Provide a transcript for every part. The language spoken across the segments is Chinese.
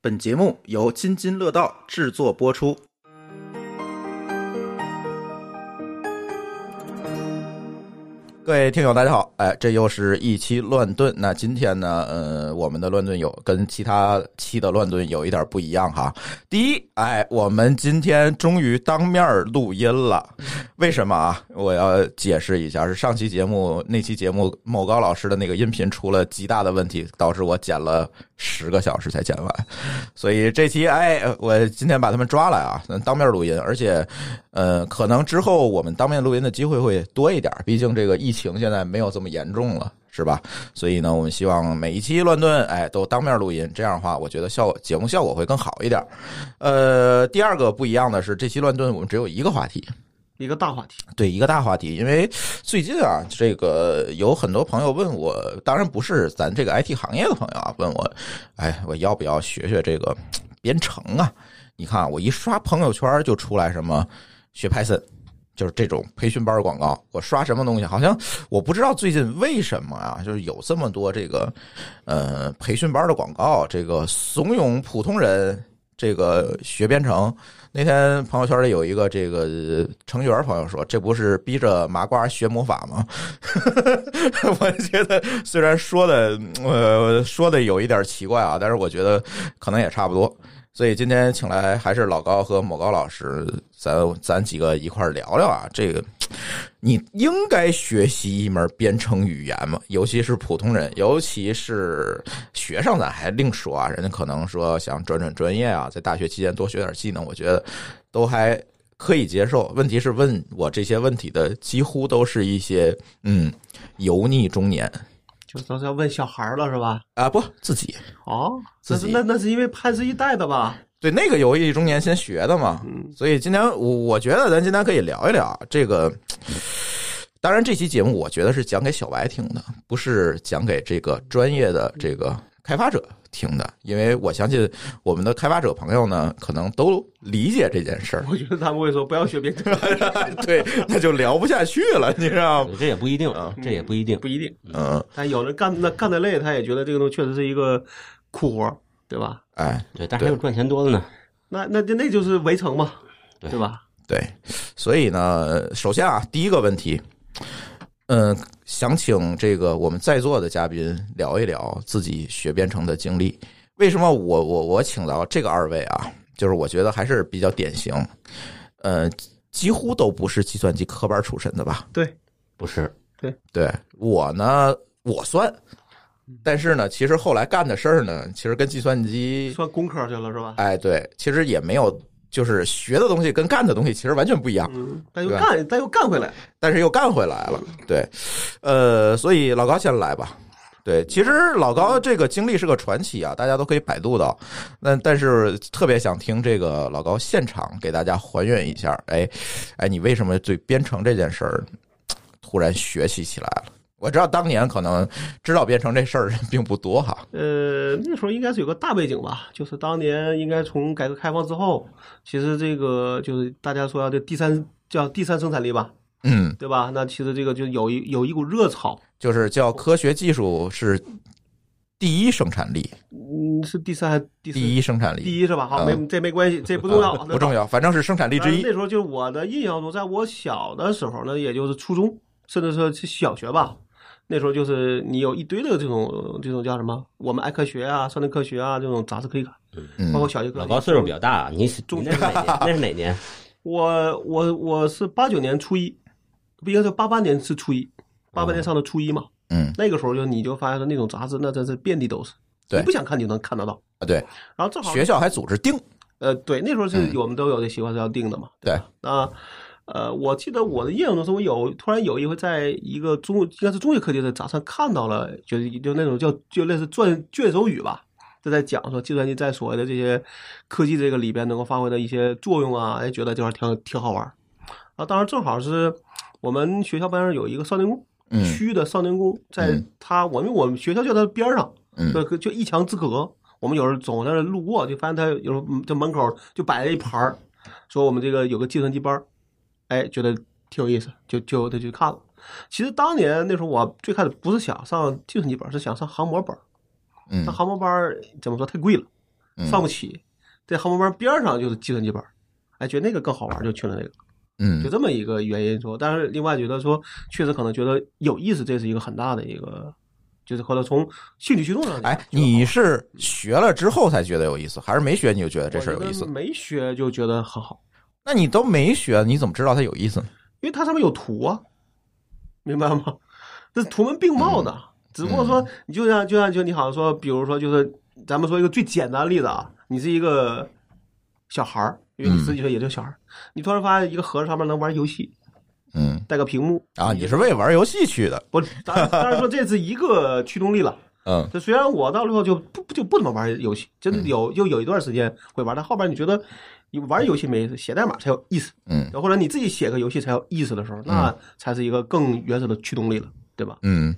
本节目由津津乐道制作播出。各位听友，大家好！哎，这又是一期乱炖。那今天呢，呃，我们的乱炖有跟其他期的乱炖有一点不一样哈。第一，哎，我们今天终于当面录音了。为什么啊？我要解释一下，是上期节目那期节目某高老师的那个音频出了极大的问题，导致我剪了十个小时才剪完。所以这期，哎，我今天把他们抓来啊，当面录音，而且。呃，可能之后我们当面录音的机会会多一点，毕竟这个疫情现在没有这么严重了，是吧？所以呢，我们希望每一期乱炖，哎，都当面录音，这样的话，我觉得效节目效果会更好一点。呃，第二个不一样的是，这期乱炖我们只有一个话题，一个大话题。对，一个大话题，因为最近啊，这个有很多朋友问我，当然不是咱这个 IT 行业的朋友啊，问我，哎，我要不要学学这个编程啊？你看，我一刷朋友圈就出来什么学 Python，就是这种培训班广告。我刷什么东西，好像我不知道最近为什么啊，就是有这么多这个呃培训班的广告，这个怂恿普通人这个学编程。那天朋友圈里有一个这个程序员朋友说：“这不是逼着麻瓜学魔法吗？” 我觉得虽然说的呃说的有一点奇怪啊，但是我觉得可能也差不多。所以今天请来还是老高和某高老师，咱咱几个一块儿聊聊啊。这个你应该学习一门编程语言嘛，尤其是普通人，尤其是学生，咱还另说啊。人家可能说想转转专业啊，在大学期间多学点技能，我觉得都还可以接受。问题是问我这些问题的，几乎都是一些嗯油腻中年就都是要问小孩儿了是吧？啊，不自己哦，那自是己那那是因为潘石屹带的吧？对，那个游戏中年先学的嘛，所以今天我我觉得咱今天可以聊一聊这个。当然，这期节目我觉得是讲给小白听的，不是讲给这个专业的这个开发者听的，因为我相信我们的开发者朋友呢，可能都理解这件事儿 。我觉得他们会说不要学编程，对，那就聊不下去了，你知道吗？这也不一定，这也不一定不。一定。嗯， 但有人干那干得累，他也觉得这个东西确实是一个苦活儿，对吧？哎，对，但是还有赚钱多的呢。那那那那就是围城嘛，对对吧？对，所以呢，首先啊，第一个问题，嗯，想请这个我们在座的嘉宾聊一聊自己学编程的经历。为什么我我我请到这个二位啊？就是我觉得还是比较典型，呃，几乎都不是计算机科班出身的吧？对，不是，对我呢，我算，但是呢，其实后来干的事儿呢，其实跟计算机算工科去了是吧？哎，对，其实也没有，就是学的东西跟干的东西其实完全不一样。嗯，但又对干但又干回来，但是又干回来了。对，呃，所以老高先来吧。对，其实老高这个经历是个传奇啊，大家都可以百度到。那但是特别想听这个老高现场给大家还原一下，哎，哎，你为什么对编程这件事儿突然学习起来了？我知道当年可能知道编程这事儿人并不多哈，呃，那时候应该是有个大背景吧，就是当年应该从改革开放之后，其实这个就是大家说要对第三叫第三生产力吧，嗯，对吧？那其实这个就有一有一股热潮，就是叫科学技术是第一生产力，嗯，是第三还是第四第一生产力，第一是吧？好，嗯没这没关系，这不重要，啊不重要。要，反正是生产力之但是一那时候就是我的印象中，在我小的时候呢，也就是初中，甚至说是小学吧。那时候就是你有一堆的这种这种叫什么？我们爱科学啊、少年科学啊这种杂志可以看，嗯包括小学科。老高岁数比较大，你是你那是哪年？那是哪年？我我我是八九年初一，不应该是八八年是初一，八哦八年上的初一嘛。嗯，那个时候就你就发现了那种杂志，那真是遍地都是，对你不想看就能看得到。啊，对，然后正好学校还组织定，呃，对，那时候是我们都有这习惯是要定的嘛。对，那呃，我记得我的印象中是我有突然有一回在一个中应该是中学科技的杂志上看到了，就是就那种叫就类似卷卷首语吧，就在讲说计算机在所谓的这些科技这个里边能够发挥的一些作用啊，哎，觉得这玩意儿挺挺好玩儿。啊，当时正好是我们学校边上有一个少年宫，嗯区的少年宫，在嗯它我们我们学校就在它边上，嗯就就一墙之隔。我们有时候总在那路过，就发现它有时候嗯这门口就摆了一盘儿，说我们这个有个计算机班儿，哎，觉得挺有意思，就就就去看了。其实当年那时候我最开始不是想上计算机班儿，是想上航模班儿。嗯那航模班儿怎么说太贵了，上不起，在航模班边上就是计算机班，哎，觉得那个更好玩，就去了那个，就嗯这么一个原因说。但是另外觉得说，确实可能觉得有意思，这是一个很大的一个，就是或者从兴趣驱动上讲，哎，觉得你是学了之后才觉得有意思，还是没学你就觉得好这事儿有意我觉思得？没学就觉得很好，那你都没学，你怎么知道它有意思呢？因为它上面有图啊，明白吗？这是图文并茂嗯的，只不过说你就像就像就你好像说，比如说就是咱们说一个最简单的例子啊，你是一个小孩儿，因为你自己说也就是小孩儿，你突然发现一个盒子上面能玩游戏，嗯，带个屏幕啊，你是为玩游戏去的，不，当然当然说这是一个驱动力了。嗯这虽然我到最后就不就不怎么玩游戏，真的有就有一段时间会玩，但后边你觉得你玩游戏没意思，写代码才有意思。嗯然后呢，你自己写个游戏才有意思的时候，那才是一个更原始的驱动力了，对吧？嗯，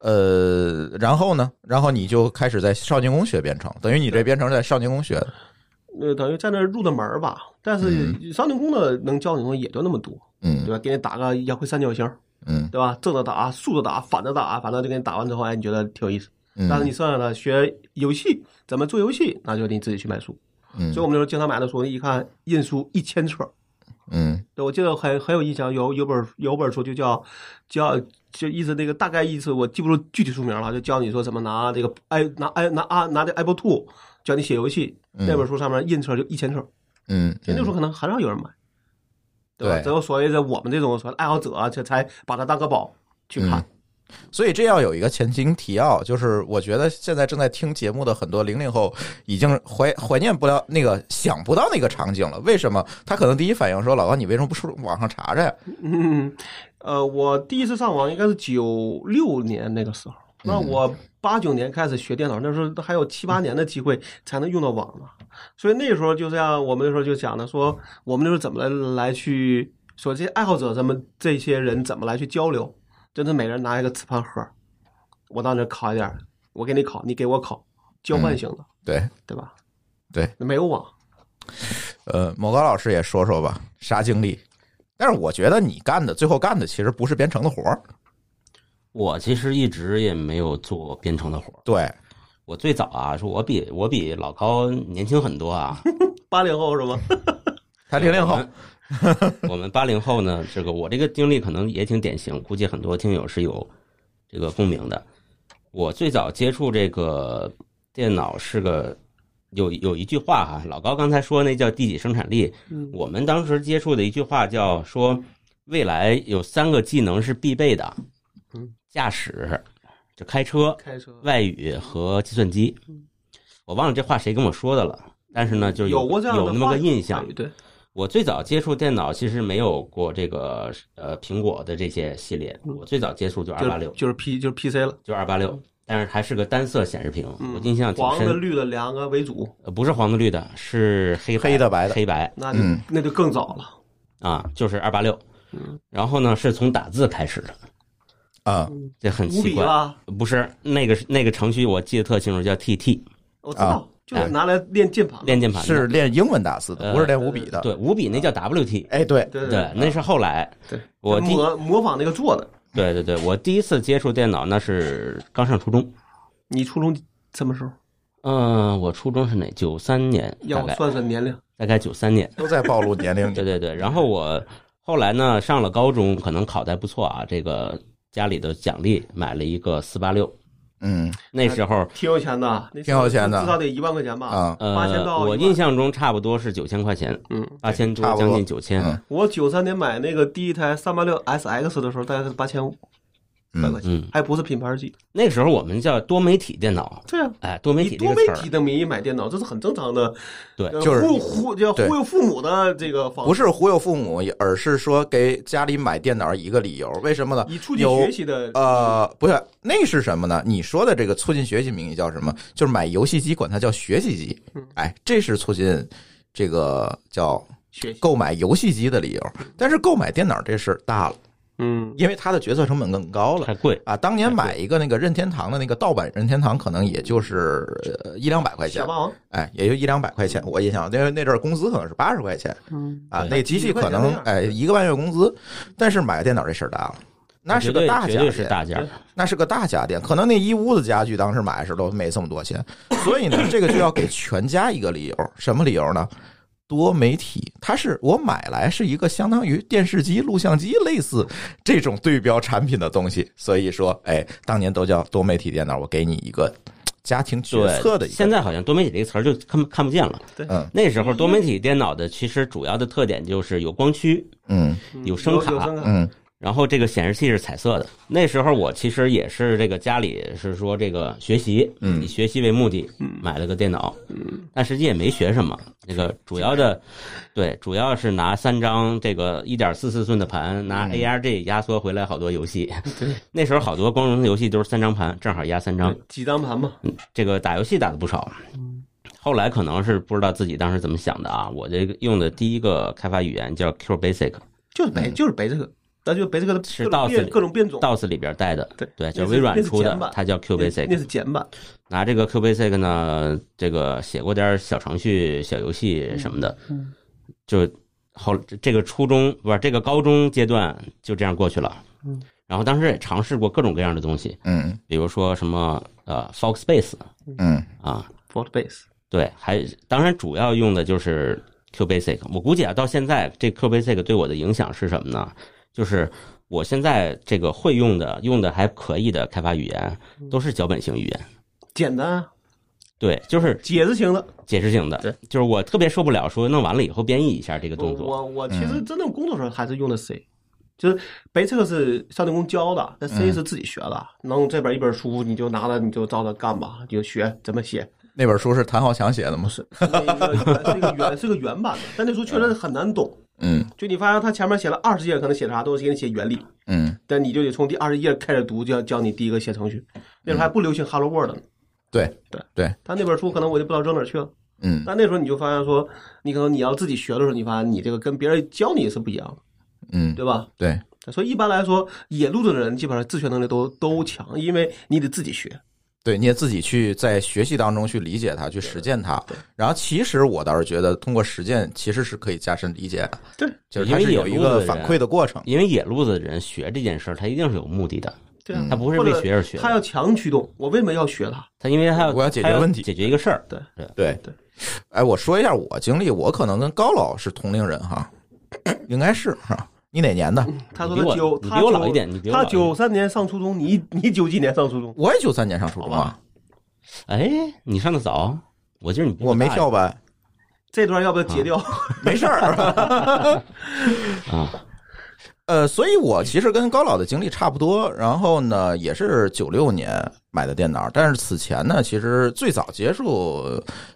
呃，然后呢？然后你就开始在少年宫学编程，等于你这编程是在少年宫学的，呃，等于在那儿入的门儿吧。但是上天宫呢，能教你的东西也就那么多，对嗯吧？给你打个洋灰三角形，嗯对吧？正着打、竖着打、反着打，反正就给你打完之后，哎，你觉得挺有意思。嗯，但是你剩下的学游戏怎么做游戏，那就你自己去买书。嗯所以我们就是经常买的书，一看印书一千册。嗯对，我记得很很有印象，有有本有本书就叫叫就意思那个大概意思我记不住具体书名了，就教你说怎么拿这个 i 拿 i 拿啊拿这 Apple Two 教你写游戏。嗯那本书上面印册就一千册，嗯，就那时候可能很少有人买，对吧？对只有所谓的我们这种所谓的爱好者啊，这才把它当个宝去看。所以这要有一个前情提要，就是我觉得现在正在听节目的很多零零后已经怀怀念不了那个想不到那个场景了。为什么？他可能第一反应说：“老高，你为什么不说网上查查呀嗯，呃，我第一次上网应该是九六年那个时候，嗯那我八九年开始学电脑，那时候还有七八年的机会才能用到网嘛，所以那时候就这样，我们那时候就讲的说，我们那时候怎么来来去说这些爱好者咱们这些人怎么来去交流，真的每人拿一个磁盘盒，我到那烤一点儿，我给你烤，你给我烤，交换型的，？”嗯对，对吧？对，没有网，呃，某高老师也说说吧，啥经历？但是我觉得你干的最后干的其实不是编程的活儿，我其实一直也没有做编程的活儿。对，我最早啊，说我比我比老高年轻很多啊。八零后是吗？他零零后，我们八零后呢，这个我这个经历可能也挺典型，估计很多听友是有这个共鸣的。我最早接触这个电脑是个有有一句话哈、老高刚才说那叫第几生产力，嗯我们当时接触的一句话叫说，未来有三个技能是必备的嗯，驾驶、就 开车、开车外语和计算机。嗯我忘了这话谁跟我说的了，但是呢，就是有有过这样的有那么话个语印象。对，我最早接触电脑其实没有过这个呃苹果的这些系列，我最早接触就二八就是六，就是 P 就是 PC 了。就二八六，但是还是个单色显示屏，嗯我印象挺黄的、深，绿的两个为主，呃不是黄的绿的，是黑黑的白的黑白那就、嗯那就更早了。啊，就是二八六嗯。然后呢，是从打字开始的，啊、这很五奇笔怪。啦，不是那个是那个程序，我记得特清楚，叫 TT 我知道啊，就是拿来练键盘的。练键盘的是练英文打字的，呃不是练五笔的。对五笔那叫 WT，哎，对，对对，那是后来对，我第模模仿那个做的。对对对，我第一次接触电脑那是刚上初中，你初中什么时候？嗯，我初中是哪？九三年，让大我概算算年龄。大概九三年。都在暴露年龄对里。对对，然后嗯我后来呢，上了高中，可能考的还不错啊，这个家里的奖励买了一个四八六，嗯那时候。挺有钱的，啊那时挺候有钱的至少得一万块钱吧。啊，嗯呃8000到，我10000印象中差不多是九千块钱，嗯，八千多差，不多将近九千、嗯我九三年买那个第一台三八六 SX 的时候，大概是八千五百嗯，块钱嗯，还不是品牌机。那时候我们叫多媒体电脑，对啊，哎，多媒以体这多个媒词体儿，的名义买电脑，这是很正常的。对呃就是忽忽就忽对悠父母的这个方式不是忽悠父母，而是说给家里买电脑一个理由。为什么呢？以促进有学习的呃，不是，那是什么呢？你说的这个促进学习名义叫什么？就是买游戏机，管它叫学习机。嗯哎，这是促进这个叫学习，购买游戏机的理由。但是购买电脑这事儿大了，嗯，因为它的决策成本更高了太。贵，啊，当年买一个那个任天堂的那个盗版任天堂，可能也就是呃一两百块小钱，霸王，哎，也就一两百块钱。我印象，因为那阵儿工资可能是八十块钱嗯，啊，对那机器可能几块钱那哎样一个半月工资，但是买个电脑这事儿大了。那是个大绝家对绝对是电，大件儿，那是个大家电，可能那一屋子家具当时买的时候都没这么多 钱，所以呢，这个就要给全家一个理由，什么理由呢？多媒体，它是我买来是一个相当于电视机、录像机类似这种对标产品的东西，所以说，哎，当年都叫多媒体电脑，我给你一个家庭决策的对，一个，现在好像多媒体这个词儿就看不看不见了。对嗯那时候多媒体电脑的其实主要的特点就是有光驱，嗯嗯有有声卡有声卡，嗯然后这个显示器是彩色的。那时候我其实也是这个家里是说这个学习，嗯以学习为目的嗯买了个电脑，嗯但实际也没学什么。那个主要的，对，主要是拿三张这个一点四四寸的盘，拿嗯 ARG 压缩回来好多游戏。对，那时候好多光荣的游戏都是三张盘，正好压三张。几张盘嘛，这个打游戏打的不少。后来可能是不知道自己当时怎么想的啊，我这个用的第一个开发语言叫 Q Basic 就是嗯背就是背这个，咱就背这个的是各种 DOS 里变各种变种， DOS 里边带的，对对，那就是是微软那是出的简版，它叫 Q 那是 Basic。那是简版，拿这个 Q Basic 呢，这个写过点小程序、小游戏什么的，嗯就后这个初中不是这个高中阶段就这样过去了。嗯，然后当时也尝试过各种各样的东西，嗯比如说什么呃 Fox Space 嗯啊， f o r t Base，对，还当然主要用的就是 Q Basic。我估计啊，到现在这 Q Basic 对我的影响是什么呢？就是我现在这个会用的、用的还可以的开发语言，嗯都是脚本型语言。简单啊对，就是解释型的。解释性的，对，就是我特别受不了说弄完了以后编译一下这个动作。嗯我我其实真正工作时候还是用的 C，、就是背这个是上电工教的，嗯但 C 是自己学的。能这本一本书，你就拿着你就照着干吧，你就学怎么写。那本书是谭浩翔写的吗？是那个原是个原是个原版的，但那书确实很难懂。嗯就你发现它前面写了二十页，可能写的啥都是给你写原理，嗯，但你就得从第二十页开始读，就要教你第一个写程序。那时候还不流行 Hello World 呢，对对对，他那本书可能我就不知道扔哪儿去了。嗯但那时候你就发现说，你可能你要自己学的时候，你发现你这个跟别人教你是不一样的，嗯对吧？对，所以一般来说，野路的人基本上自学能力都都强，因为你得自己学。对，你也自己去在学习当中去理解它，去实践它。然后，其实我倒是觉得，通过实践其实是可以加深理解的，对就是它是有一个反馈的过程。因为野路子的人学这件事儿，他一定是有目的的，对啊，嗯他不是为学而学的，他要强驱动，我为什么要学他？他因为他要我要解决他问题解决一个事儿。对对对，哎，我说一下我经历，我可能跟高老是同龄人哈，应该是哈。你哪年的？他你说他比我九，你他比我老九一点你比我他老一点九三年上初中，你你九几年上初中？我也九三年上初中好啊吧，哎，你上的早，我记得你比我没大跳班，这段要不要截掉？没事儿。啊，呃，所以嗯我其实跟高老的经历差不多。然后呢，也是九六年买的电脑，但是此前呢，其实最早接触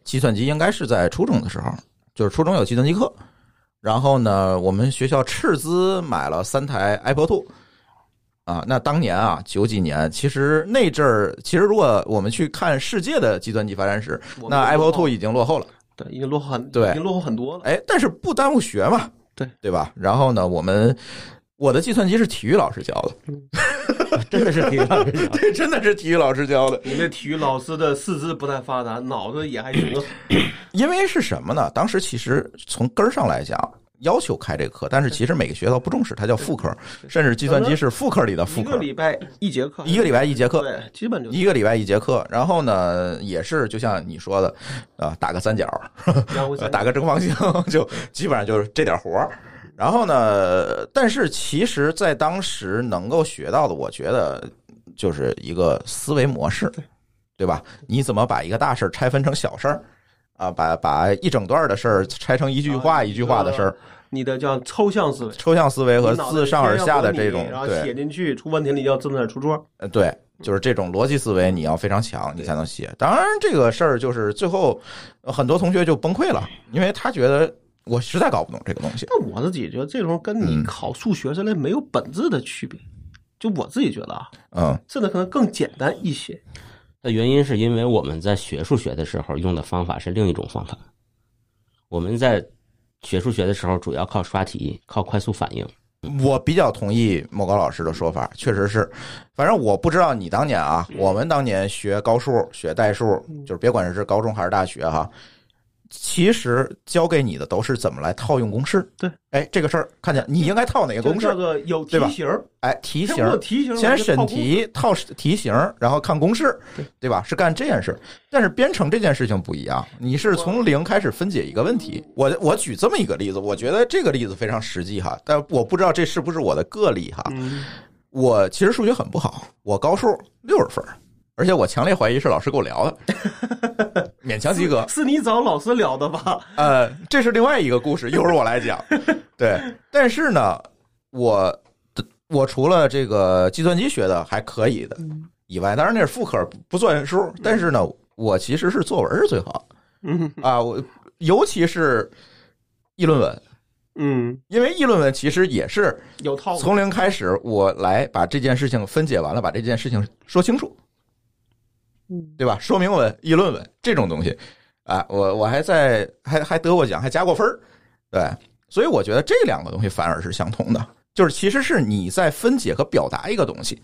计算机应该是在初中的时候，就是初中有计算机课。然后呢，我们学校斥资买了三台 Apple Two。啊，那当年啊，九几年，其实那阵儿，其实如果我们去看世界的计算机发展史，我们那 Apple 落后 Two 已经落后了。 对，已经落后很，对已经落后很多了。哎，但是不耽误学嘛，对对吧？然后呢，我们我的计算机是体育老师教的，真的是挺让 人想这真的是体育老师教的。你那体育老师的四肢不太发达，脑子也还行啊。因为是什么呢？当时其实从根儿上来讲，要求开这个课，但是其实每个学校不重视，它叫副科，甚至计算机是副科里的副一个科，礼拜一节课，呃一个礼拜一节课。对，基本就一个礼拜一节课，然后呢，也是就像你说的，啊，打个三角，然后呃打个正方形， 就基本上就是这点活儿。然后呢，但是其实，在当时能够学到的，我觉得就是一个思维模式，对吧？你怎么把一个大事儿拆分成小事儿啊？把把一整段的事儿拆成一句话啊一句话的事儿，你的叫抽象思维。抽象思维和你脑袋自上而下的这种先要模拟然，后对写进去，出问题你就要这么点出错。呃对，就是这种逻辑思维，你要非常强，你才能写。当然，这个事儿就是最后呃很多同学就崩溃了，因为他觉得我实在搞不懂这个东西。但我自己觉得这种跟嗯你考数学之类没有本质的区别，就我自己觉得啊，嗯，甚至可能更简单一些。的原因是因为我们在学数学的时候用的方法是另一种方法，我们在学数学的时候主要靠刷题，靠快速反应。我比较同意莫高老师的说法，确实是。反正我不知道你当年嗯啊，我们当年学高数、学代数，就是别管是高中还是大学哈，其实教给你的都是怎么来套用公式。对，哎，这个事儿看见你应该套哪个就哎公叫式？做有题对吧型儿，哎，题型先我题型儿先完就审套公式题套题型，然后看公式对，对吧？是干这件事。但是编程这件事情不一样，你是从零开始分解一个问题。我我举这么一个例子，我觉得这个例子非常实际哈，但我不知道这是不是我的个例哈。嗯，我其实数学很不好，我高数六十分儿，而且我强烈怀疑是老师给我聊的， 勉强及格。是你找老师聊的吧？呃，这是另外一个故事，一会儿我来讲。对，但是呢，我我除了这个计算机学的还可以的以外，当然那是副科，不不算数。但是呢，我其实是作文是最好嗯的啊，我尤其是议论文，嗯，因为议论文其实也是有套路，从零开始，我来把这件事情分解完了，把这件事情说清楚，嗯对吧？说明文、议论文这种东西，啊，我我还在还还得过奖，还加过分儿，对，所以我觉得这两个东西反而是相同的，就是其实是你在分解和表达一个东西。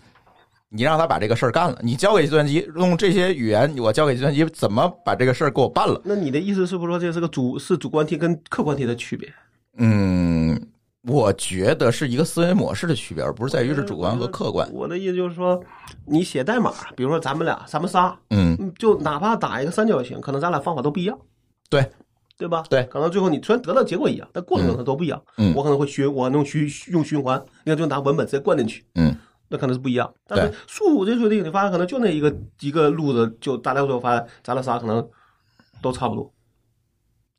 你让他把这个事儿干了，你交给计算机用这些语言，我交给计算机怎么把这个事儿给我办了？那你的意思是不是说这是个主是主观题跟客观题的区别？嗯，我觉得是一个思维模式的区别，而不是在于是主观和客观。我的意思就是说，你写代码，比如说咱们俩，咱们仨，嗯，嗯，就哪怕打一个三角形，可能咱俩方法都不一样，对，对吧？对可能最后你虽然得到结果一样，但过程可能都不一样。嗯我可能会循，我弄循用循环，你看就拿文本直接灌进去，嗯，那可能是不一样。但是对数这决定，你发现可能就那一个一个路子，就大家最后发现咱俩仨可能都差不多，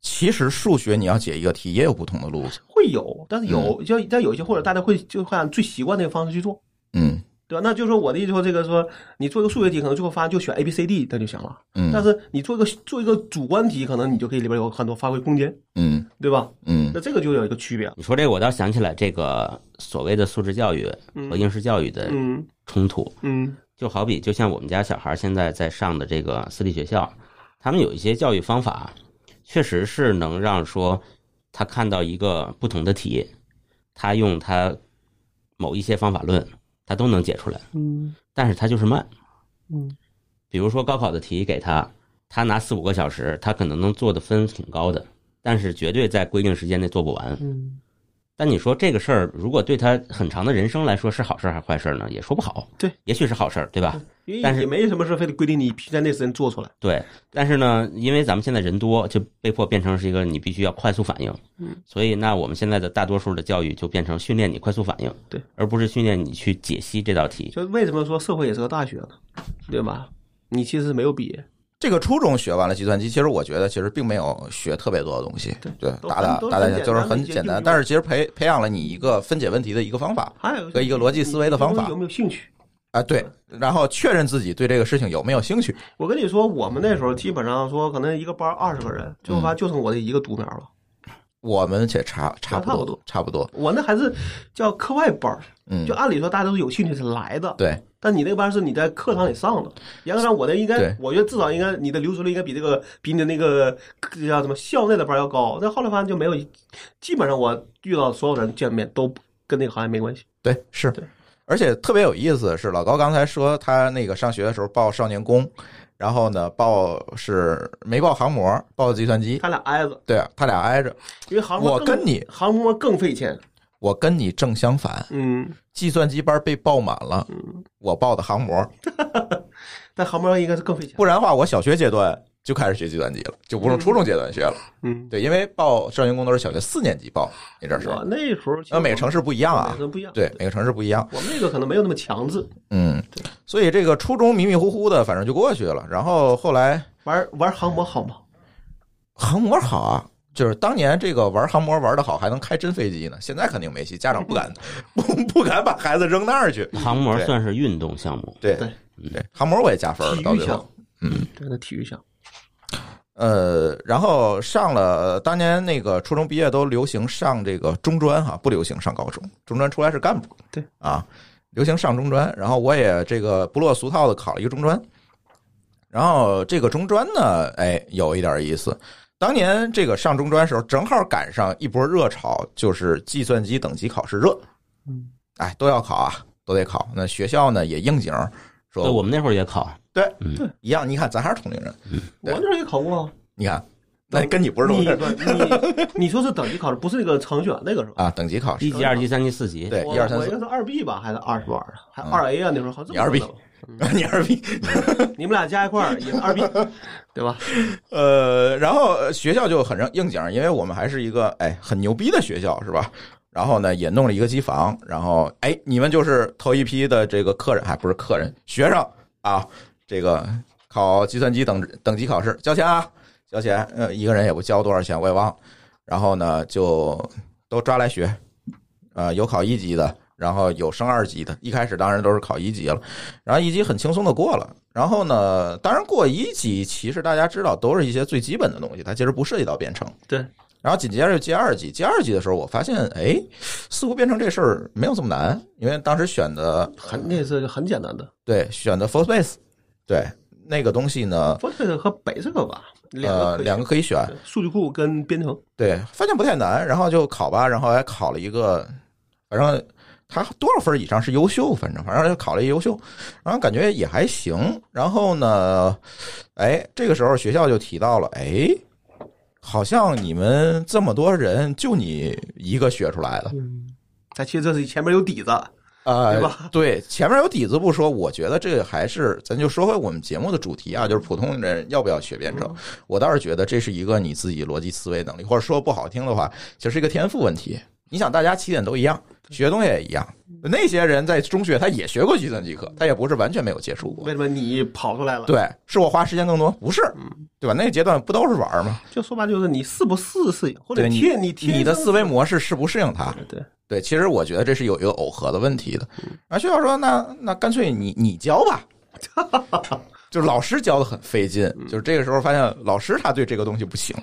其实数学你要解一个题，也有不同的路子。会有，但是有就但有一些或者大家会就会按最习惯那个方式去做。嗯对吧？那就是说我的意思说，这个说你做一个数学题，可能最后发现就选 A、B、C、D，那就行了。嗯但是你做一个做一个主观题，可能你就可以里边有很多发挥空间，嗯对吧？嗯那这个就有一个区别。你说这个，我倒想起来这个所谓的素质教育和应试教育的嗯冲突，嗯就好比就像我们家小孩现在在上的这个私立学校，他们有一些教育方法，确实是能让说他看到一个不同的题，他用他某一些方法论，他都能解出来，嗯但是他就是慢。嗯比如说高考的题给他，他拿四五个小时，他可能能做的分挺高的，但是绝对在规定时间内做不完。嗯，但你说这个事儿，如果对他很长的人生来说是好事儿还是坏事儿呢？也说不好。对，也许是好事儿，对吧？因为但是也没什么事非得规定你必须在那时间做出来。对。但是呢，因为咱们现在人多，就被迫变成是一个你必须要快速反应。嗯。所以，那我们现在的大多数的教育就变成训练你快速反应，对，而不是训练你去解析这道题。就为什么说社会也是个大学呢？对吧？你其实没有毕业，这个初中学完了计算机，其实我觉得其实并没有学特别多的东西，对都打打很都打打很简单就是的一很些简单应，用但是其实培培养了你一个分解问题的一个方法还有和一个逻辑思维的方你法有没有兴趣？啊，对，然后确认自己对这个事情有没有兴趣，我跟你说，我们那时候基本上说，可能一个班二十个人，最后发现嗯就剩我这一个独苗了。我们且差差不差不多多差不多，我那还是叫课外班儿，嗯就，按理说大家都是有兴趣是来的，对，但你那个班是你在课堂里上的，严格上我的应对该，我觉得至少应该你的留存率应该比这个比你的那个这叫什么校内的班要高。但后来发现就没有，基本上我遇到所有人见面都跟那个行业没关系。对，是对。而且特别有意思的是，老高刚才说他那个上学的时候报少年宫，然后呢报是没报航模，报计算机，他俩挨着，对啊他俩挨着。因为航我模更跟你航模更费钱。我跟你正相反，嗯，计算机班被报满了，我报的航模，但航模应该是更费钱。不然的话，我小学阶段就开始学计算机了，就不用初中阶段学了。嗯，对，因为报少年宫都是小学四年级报，那阵是，我那时候其实那每个城市不一样每啊个，城不一样。对，每个城市不一样。我们那个可能没有那么强制，嗯，所以这个初中迷迷糊糊的，反正就过去了。然后后来玩玩航模好吗？航模好啊。就是当年这个玩航模玩的好，还能开真飞机呢。现在肯定没戏，家长不 敢不不敢把孩子扔那儿去。航模对算是运动项目，对对对，航模我也加分了，体到育最后嗯项。，对，那体育项。呃，然后上了当年那个初中毕业都流行上这个中专哈、不流行上高中，中专出来是干部。对啊，流行上中专，然后我也这个不落俗套的考了一个中专，然后这个中专呢，哎，有一点意思。当年这个上中专的时候，正好赶上一波热潮，就是计算机等级考试热，嗯，哎，都要考啊，都得考。那学校呢也应景儿，对，我说们那会儿也考。对嗯，一样，你看咱还是同龄人，我那时候也考过啊，你看那跟你不是同你事 你你说是等级考试，不是那个程序员那个是吧？啊，等级考试一，级、二级、三级、四级，对，我一二三我四应该，是二 B 吧，还是二什么玩意儿的？还嗯二 A 啊？那时候好像这么你二 B 说的吧 你二 B，你们俩加一块儿也是 二 B，对吧？呃，然后呃学校就很正应景儿，因为我们还是一个哎很牛逼的学校，是吧？然后呢，也弄了一个机房，然后哎，你们就是头一批的这个客人，还不是客人，学生啊，这个考计算机等等级考试，交钱啊，交钱，呃，一个人也不交多少钱，我也忘了。然后呢，就都抓来学，呃，有考一级的，然后有升二级的，一开始当然都是考一级了。然后一级很轻松的过了。然后呢，当然过一级，其实大家知道都是一些最基本的东西，它其实不涉及到编程。对。然后紧接着就接二级，接二级的时候，我发现，哎，似乎编程这事儿没有这么难，因为当时选的很那是很简单的对选的 Full Space，对那个东西呢， f o r t r 和 Basic 吧，两个呃，可以两个可以选，对数据库跟编程，对，发现不太难，然后就考吧，然后还考了一个，反正他多少分以上是优秀，反正反正就考了一优秀，然后感觉也还行。然后呢，哎，这个时候学校就提到了，哎，好像你们这么多人，就你一个学出来的，但其实这是前面有底子，啊、对吧对，前面有底子不说，我觉得这个还是咱就说回我们节目的主题啊，就是普通人要不要学编嗯程。我倒是觉得这是一个你自己逻辑思维能力，或者说不好听的话，就是一个天赋问题。你想，大家起点都一样，学东西也一样。那些人在中学他也学过计算机嗯课，他也不是完全没有接触过为。什么你跑出来了？，对，是我花时间更多，不是，嗯对吧？那个阶段不都是玩儿吗？就说白了就是你适不适适应，或者对你天你天你的生思维模式适不适应它？对，嗯对，其实我觉得这是有一个耦合的问题的。啊然后学校说，那那干脆你你教 吧，就是老师教的很费劲，嗯就是这个时候发现老师他对这个东西不行，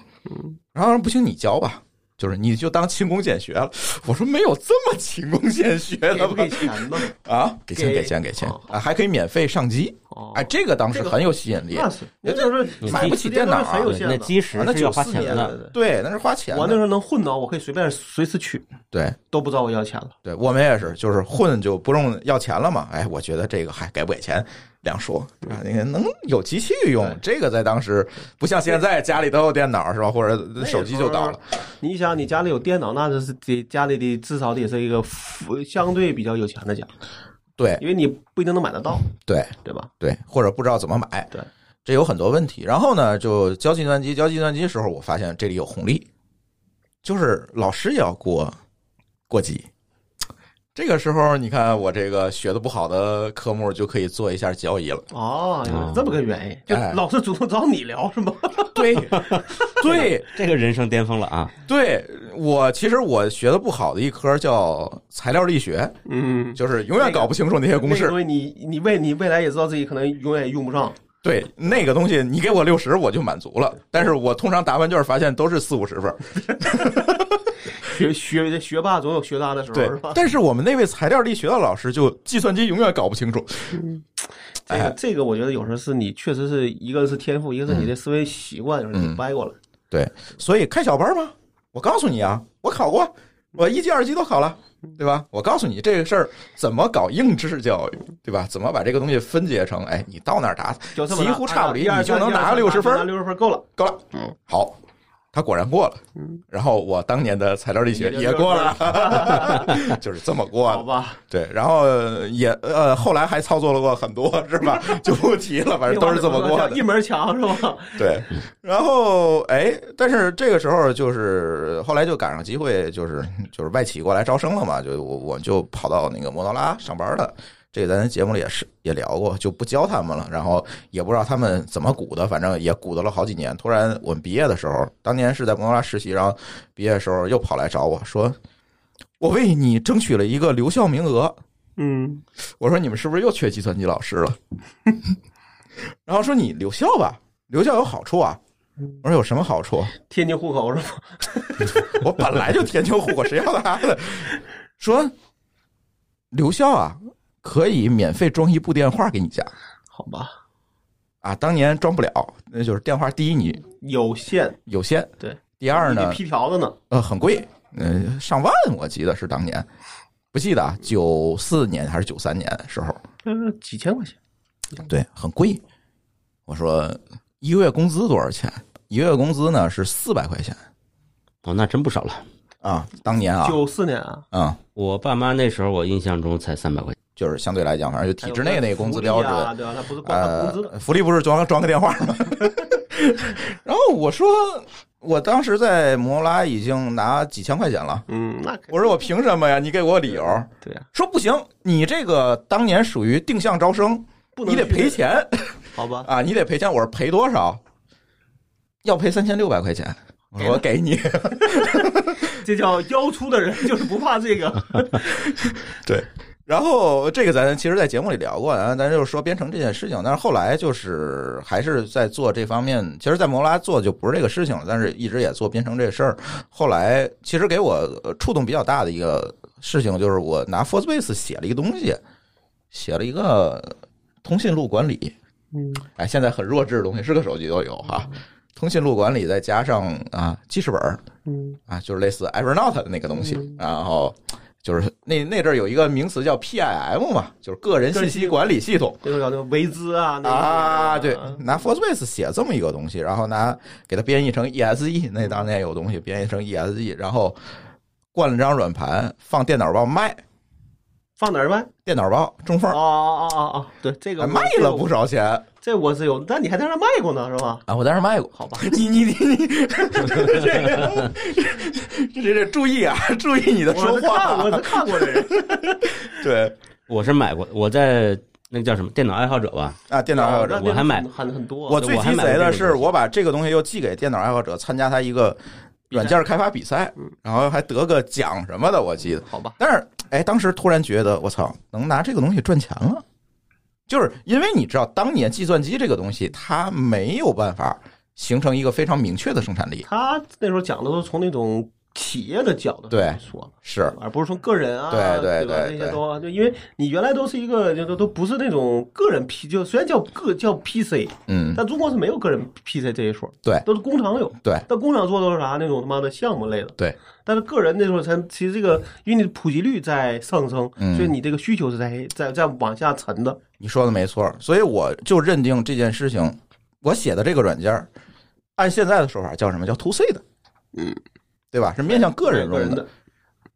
然后说不行你教吧，就是你就当勤工俭学了。我说没有这么勤工俭学给的不吧给？钱呢？啊，给钱给给钱给钱哦啊，还可以免费上机，哦，哎，这个当时这个很有吸引力。那是也那就就是你买不起电脑啊很有对限那的。基啊石那是要花94钱年的。对对，那是花钱的。我那时候能混到，我可以随便随时取，对，都不找我要钱了。对我们也是，就是混就不用要钱了嘛。哎，我觉得这个还给不给钱两说啊，那个能有机器用，这个在当时不像现在家里都有电脑是吧，或者手机就到了。你想，你家里有电脑，那是得家里的至少得是一个富相对比较有钱的家，对因为你不一定能买得到，对对吧？对，或者不知道怎么买，对，这有很多问题。然后呢，就教计算机，教计算机的时候，我发现这里有红利，就是老师也要过过级。这个时候，你看我这个学的不好的科目就可以做一下交易了。哦，原来是这么个原因，就哎老是主动找你聊是吗？ 对， 对，这个人生巅峰了啊！对我，其实我学的不好的一科叫材料力学，嗯，就是永远搞不清楚那些公式。所以你你未你未来也知道自己可能永远也用不上，对，那个东西你给我六十我就满足了，但是我通常答完卷发现都是四五十分。学学学霸总有学渣的时候对是吧，？但是我们那位材料力学的老师就计算机永远搞不清楚。这哎嗯个这个我觉得有时候是你确实是一个是天赋，一个是你的思维习惯，有时候你掰过来。对，所以开小班嘛，我告诉你啊，我考过，我一级、二级都考了，对吧？我告诉你这个事儿怎么搞应试教育，对吧？怎么把这个东西分解成，哎，你到哪儿答，就这么拿几乎差不离哎呀你就能一二三拿个一二三60分拿六十分够了。够了，嗯，好，他果然过了。然后我当年的材料力学哎你的也过了， 就是这么过好了。吧，对，然后呃也呃，后来还操作了过很多，是吧？就不提了，反正都是这么过的一。门强是吧？ 对，然后哎，但是这个时候就是后来就赶上机会，就是 就是外企过来招生了嘛，就我我就跑到那个摩托拉上班了。这个咱节目里也是也聊过，就不教他们了，然后也不知道他们怎么鼓的，反正也鼓捣了好几年。突然我们毕业的时候，当年是在摩托拉实习，然后毕业的时候又跑来找我说：“我为你争取了一个留校名额。”嗯，我说你们是不是又缺计算机老师了？然后说你留校吧，留校有好处啊。我说有什么好处？天津户口是吧？我本来就天津户口，谁要他的？说留校啊，可以免费装一部电话给你家好吧，啊。当年装不了，那就是电话第一你有限，有线，对。第二你呢得，批条子呢，呃，很贵，嗯、上万，我记得是当年，不记得啊，九四年还是九三年时候，就是几千块钱。对，很贵。我说一个月工资多少钱？一一月工资呢是四百块钱哦，那真不少了。啊，当年啊，九四年啊，嗯，我爸妈那时候，我印象中才三百块钱。就是相对来讲，反正就体制内那个工资标准，还有福利啊对吧？他不是光看工资的，呃，福利不是装装个电话吗？ 然后我说，我当时在摩托罗拉已经拿几千块钱了，嗯，那肯我说我凭什么呀？你给我理由，对啊呀，说不行，你这个当年属于定向招生，不能你得赔去，钱好吧？啊，你得赔钱。我说赔多少？要赔三千六百块钱，我说我给你。这叫妖出的人 就是不怕这个，对。然后这个咱其实，在节目里聊过，然后咱就是说编程这件事情，但是后来就是还是在做这方面。其实，在摩拉做就不是这个事情了，但是一直也做编程这事儿。后来其实给我呃触动比较大的一个事情，就是我拿 Forcepace 写了一个东西，写了一个通信录管理。嗯，哎，现在很弱智的东西，是个手机都有哈。通信录管理再加上啊记事本儿，嗯啊，就是类似 Evernote 的那个东西，然后就是那那阵儿有一个名词叫 PIM 嘛，就是个人信息管理系统。那种叫那个维兹啊，那个啊，对，嗯拿 Forcepace 写这么一个东西，然后拿给它编译成 ESE，那嗯当年有东西编译成 ESE，然后灌了张软盘放电脑报卖，放哪儿卖？电脑报中缝哦哦哦哦哦，对，这个还卖了不，少钱这我是有，但你还在那儿卖过呢，是吧？啊！我当时卖过，好吧，你你你你， 这个这这这注意啊，注意你的我说是看，我话，啊是看过的人，对我是买过，我在那个叫什么电脑爱好者吧，啊，电脑还 有这哦那我还买很很多，我最我还鸡买过贼这的个是，东西我把这个东西又寄给电脑爱好者参加他一个软件开发比赛，然后还得个奖什么的，我记得。好吧，但是，哎，当时突然觉得，我操，能拿这个东西赚钱了，就是因为你知道，当年计算机这个东西，它没有办法形成一个非常明确的生产力，他那时候讲的都是从那种企业的角度对来说，是而不是从个人啊，对对对吧对对那些都就因为你原来都是一个就都都不是那种个人 P，就虽然叫个叫 PC，嗯，但中国是没有个人 PC 这一说，对都是工厂有，对，但工厂做都是啥那种他妈的项目类的，对，但是个人那时候才其实这个因为你的普及率在上升，嗯所以你这个需求是在在在往下沉的，你说的没错，所以我就认定这件事情，我写的这个软件儿，按现在的说法叫什么叫 to C 的，嗯，对吧？是面向个人用个人的。，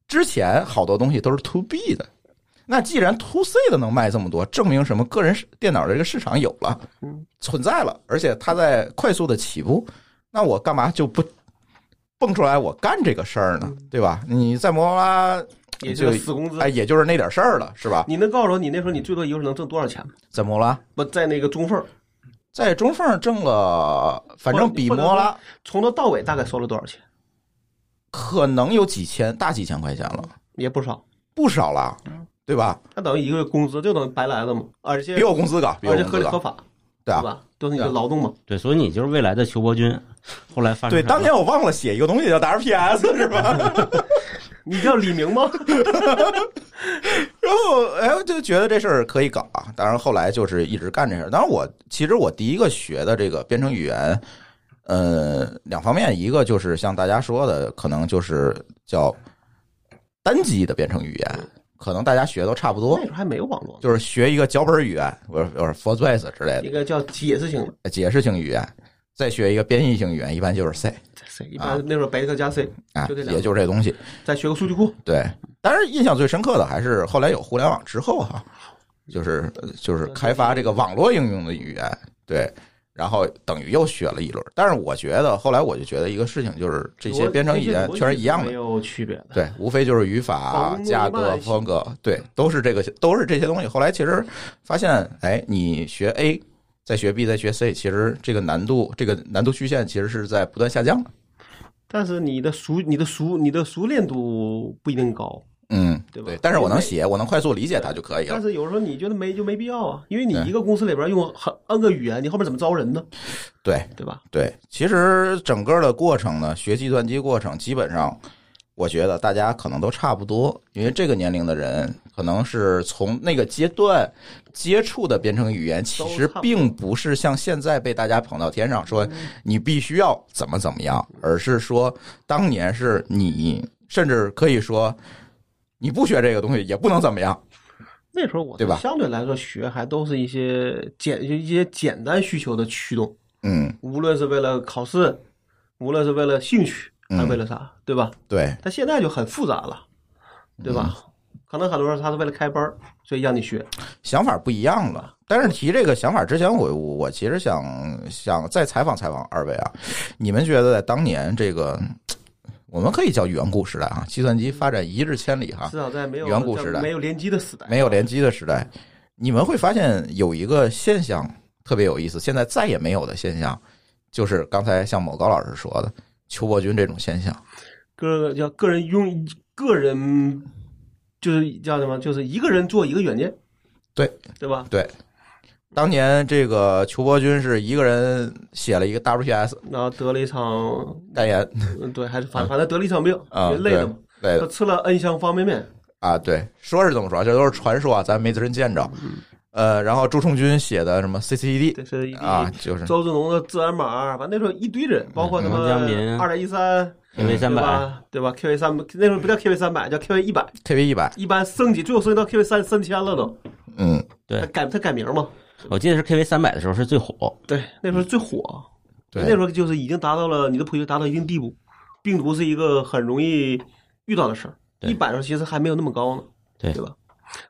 之前好多东西都是 to B 的，那既然 to C 的能卖这么多，证明什么？个人市电脑的这个市场有了嗯，存在了，而且它在快速的起步，那我干嘛就不蹦出来我干这个事儿呢？对吧？你在摩托罗拉，也就是死工资哎，。也就是那点事儿了，是吧？你能告诉我你那时候你最多一个月能挣多少钱吗？在摩托罗拉，不在那个中缝儿，在中缝挣了，反正比摩托罗拉从头到尾大概收了多少钱？可能有几千，大几千块钱了，也不少，不少了，对吧？那等于一个月工资就等于白来了嘛，而且比我工资高，比我而且工合资理合高，法，对啊是。吧？都是你的劳动嘛，对，所以你就是未来的邱伯君。后来发展对，成当年我忘了写一个东西叫 WPS 是吧？你叫 李明吗？然后哎，我就觉得这事儿可以搞啊。当然后来就是一直干这事儿。当然我其实我第一个学的这个编程语言，呃，两方面，一个就是像大家说的，可能就是叫单机的编程语言，可能大家学都差不那多时，候还没有网络，就是学一个脚本语言，我说我说 f o r c e b a s e 之类一个叫解释型的，的解释性语言，再学一个编译性语言，一般就是 C 在 C 一啊般那时候白客加 C，啊，就这两个也就是这东西。再学个数据库，对，但是印象最深刻的还是后来有互联网之后哈、 就是呃就是开发这个网络应用的语言，对，然后等于又学了一轮。但是我觉得后来我就觉得一个事情就是这些编程语言全是一样没的，有区别的。对，无非就是语法黄、木架慢构、行风格，对，都是这个都是这些东西。后来其实发现，哎，你学 A。再学 B，再学 C，其实这个难度，这个难度曲线其实是在不断下降的。但是你的熟、你的熟、你的熟练度不一定高，嗯，对吧对，但是我能写，我能快速理解它就可以了但。是有时候你觉得没就没必要啊，因为你对一个公司里边用很 N 个语言，你后面怎么招人呢？对，对吧？对，其实整个的过程呢，学计算机过程基本上，我觉得大家可能都差不多，因为这个年龄的人可能是从那个阶段接触的编程语言，其实并不是像现在被大家捧到天上说你必须要怎么怎么样，而是说当年是你，甚至可以说你不学这个东西也不能怎么样。那时候我对吧相对来说学还都是一些简一些简单需求的驱动，嗯，无论是为了考试，无论是为了兴趣，还是嗯为了啥，对吧？对，但现在就很复杂了，对吧？嗯可能很多人他是为了开班儿，所以让你学。想法不一样了。但是提这个想法之前，我我我其实想想再采访采访二位啊，你们觉得在当年这个，我们可以叫远古时代啊，计算机发展一日千里哈至，少在没有啊远古在时代没有联机的时代，没有联机的时代，你们会发现有一个现象特别有意思，现在再也没有的现象，就是刚才像某高老师说的邱伯军这种现象。个叫个人拥个人，就是叫什么？就是一个人做一个软件，对对吧？当年这个邱伯军是一个人写了一个 WPS 然后得了一场，代言嗯对，还是反反正得了一场病，啊，也累对的嘛，累他吃了 N 箱方便面，啊，对，说是这么说，这都是传说啊，咱没自身见着。嗯呃，然后朱冲军写的什么 CCD 这是一啊，就是嗯周志农的自然码，反正那时候一堆人，包括什么王江民二点一三。 KV 三对百，吧？对吧？KV 三那时候不叫 KV 三百，叫 KV 一百， KV 一百，一般升级最后升级到 KV 三三千了都。嗯，对他改他改名嘛？我记得是 KV 三百的时候是最火，对，那时候最火，对那时候就是已经达到了你的普及达到一定地步，病毒是一个很容易遇到的事儿。对一百的时候其实还没有那么高呢，对对吧？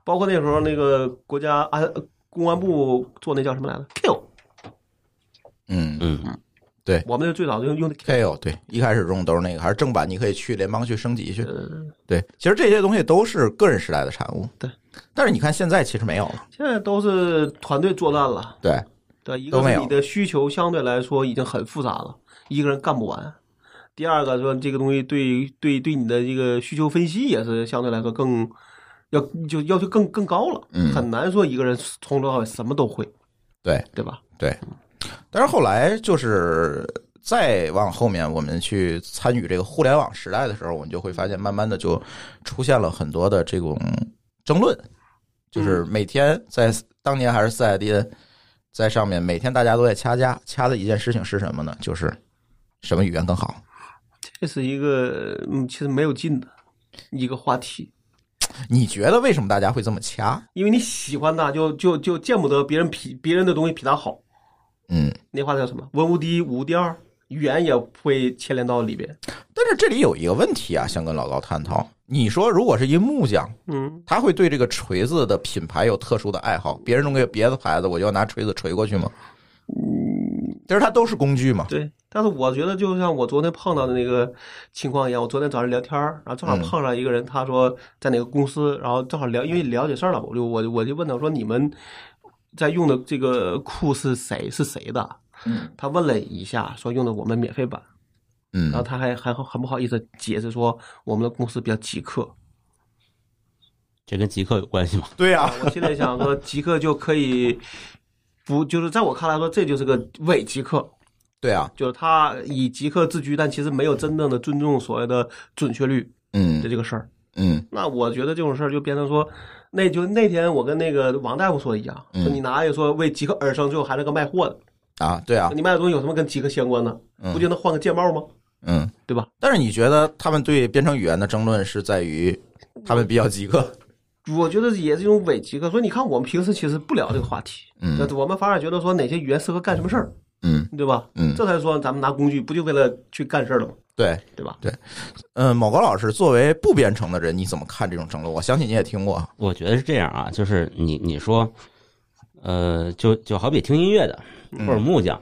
包括那时候那个国家安公安部做那叫什么来着？Q，嗯嗯，我们那最早就用的 Q， ，KO 对，一开始用都是那个，还是正版，你可以去联邦去升级去。呃，对，其实这些东西都是个人时代的产物。对，但是你看现在其实没有了。现在都是团队作战了。对，对，一都个没是有你的需求相对来说已经很复杂了，一个人干不完。第二个说这个东西对对对你的这个需求分析也是相对来说更要就要求更更高了，嗯很难说一个人从头到尾什么都会，对，对吧？但是后来就是再往后面，我们去参与这个互联网时代的时候，我们就会发现，慢慢的就出现了很多的这种争论，就是每天在当年还是四 IDN 在上面，每天大家都在掐架，掐的一件事情是什么呢？就是什么语言更好？这是一个嗯，其实没有劲的一个话题，你觉得为什么大家会这么掐？因为你喜欢他就就就见不得别人比别人的东西比他好，嗯，那话叫什么？文无第一，武无第二，语言也会牵连到里边。但是这里有一个问题啊，想跟老高探讨。你说，如果是一木匠，嗯，他会对这个锤子的品牌有特殊的爱好，别人弄个别的牌子，我就要拿锤子锤过去吗？其实它都是工具嘛。对，但是我觉得就像我昨天碰到的那个情况一样，我昨天早上聊天儿，然后正好嗯碰上一个人，他说在哪个公司，然后正好聊，因为了解事儿了，我就我就我就问他我说你们在用的这个库是谁是谁的？嗯他问了一下，说用的我们免费版，然后嗯他还还很不好意思解释说我们的公司比较极客。这跟极客有关系吗？ 对呀、我现在想说极客就可以不就是在我看来说这就是个伪极客，对啊呀、就是他以极客自居，但其实没有真正的尊重所谓的准确率的嗯这个事儿。嗯那我觉得这种事儿就变成说，那就那天我跟那个王大夫说的一样，嗯说你拿一个说为极客而生，最后还是个卖货的，啊，对啊，你卖的东西有什么跟极客相关的？嗯不就能换个键帽吗？嗯。对吧？但是你觉得他们对编程语言的争论是在于他们比较极客？我觉得也是一种伪极客，所以你看我们平时其实不聊这个话题，嗯那我们反而觉得说哪些语言适合干什么事儿，嗯对吧？嗯，这才说咱们拿工具不就为了去干事儿了吗？对，对吧？嗯，某高老师作为不编程的人，你怎么看这种争论？我相信你也听过，我觉得是这样啊，就是你你说，呃，就就好比听音乐的或者木匠，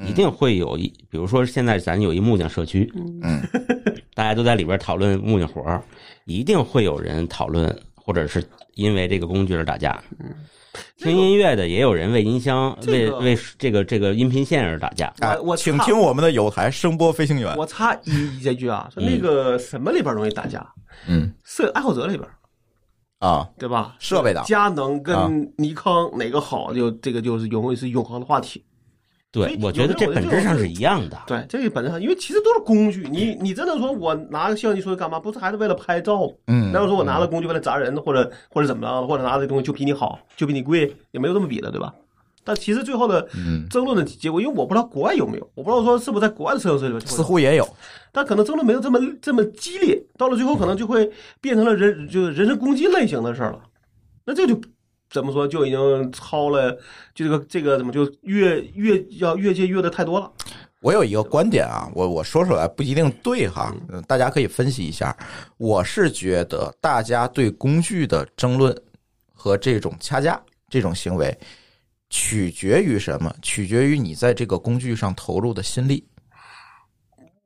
一定会有一，比如说现在咱有一木匠社区，嗯，大家都在里边讨论木匠活儿，一定会有人讨论，或者是因为这个工具而打架。听音乐的也有人为音箱、嗯这个为为这个这个音频线而打架。哎我我请看听我们的有台声波飞行员。我插一一句啊，说那个什么里边容易打架，嗯摄爱好者里边，啊，对吧？设备党佳能啊跟尼康哪个好，就这个就是永是永恒的话题。所对以，我觉得这本质上是一样的。对，这个本质上，因为其实都是工具。你你真的说我拿个相机出来干嘛？不是还是为了拍照吗？嗯难道说我拿了工具为了砸人，或者或者怎么样，或者拿这东西就比你好，就比你贵，也没有这么比的，对吧？但其实最后的嗯，争论的结果，因为我不知道国外有没有，我不知道说是不是在国外的摄影师里边就会有，似乎也有。但可能争论没有这么这么激烈，到了最后可能就会变成了人就是人身攻击类型的事儿了。那这就怎么说，就已经超了，就这个这个怎么就越越要越界越的太多了。我有一个观点啊，我我说出来不一定对哈，嗯大家可以分析一下。我是觉得大家对工具的争论和这种掐架这种行为，取决于什么？取决于你在这个工具上投入的心力。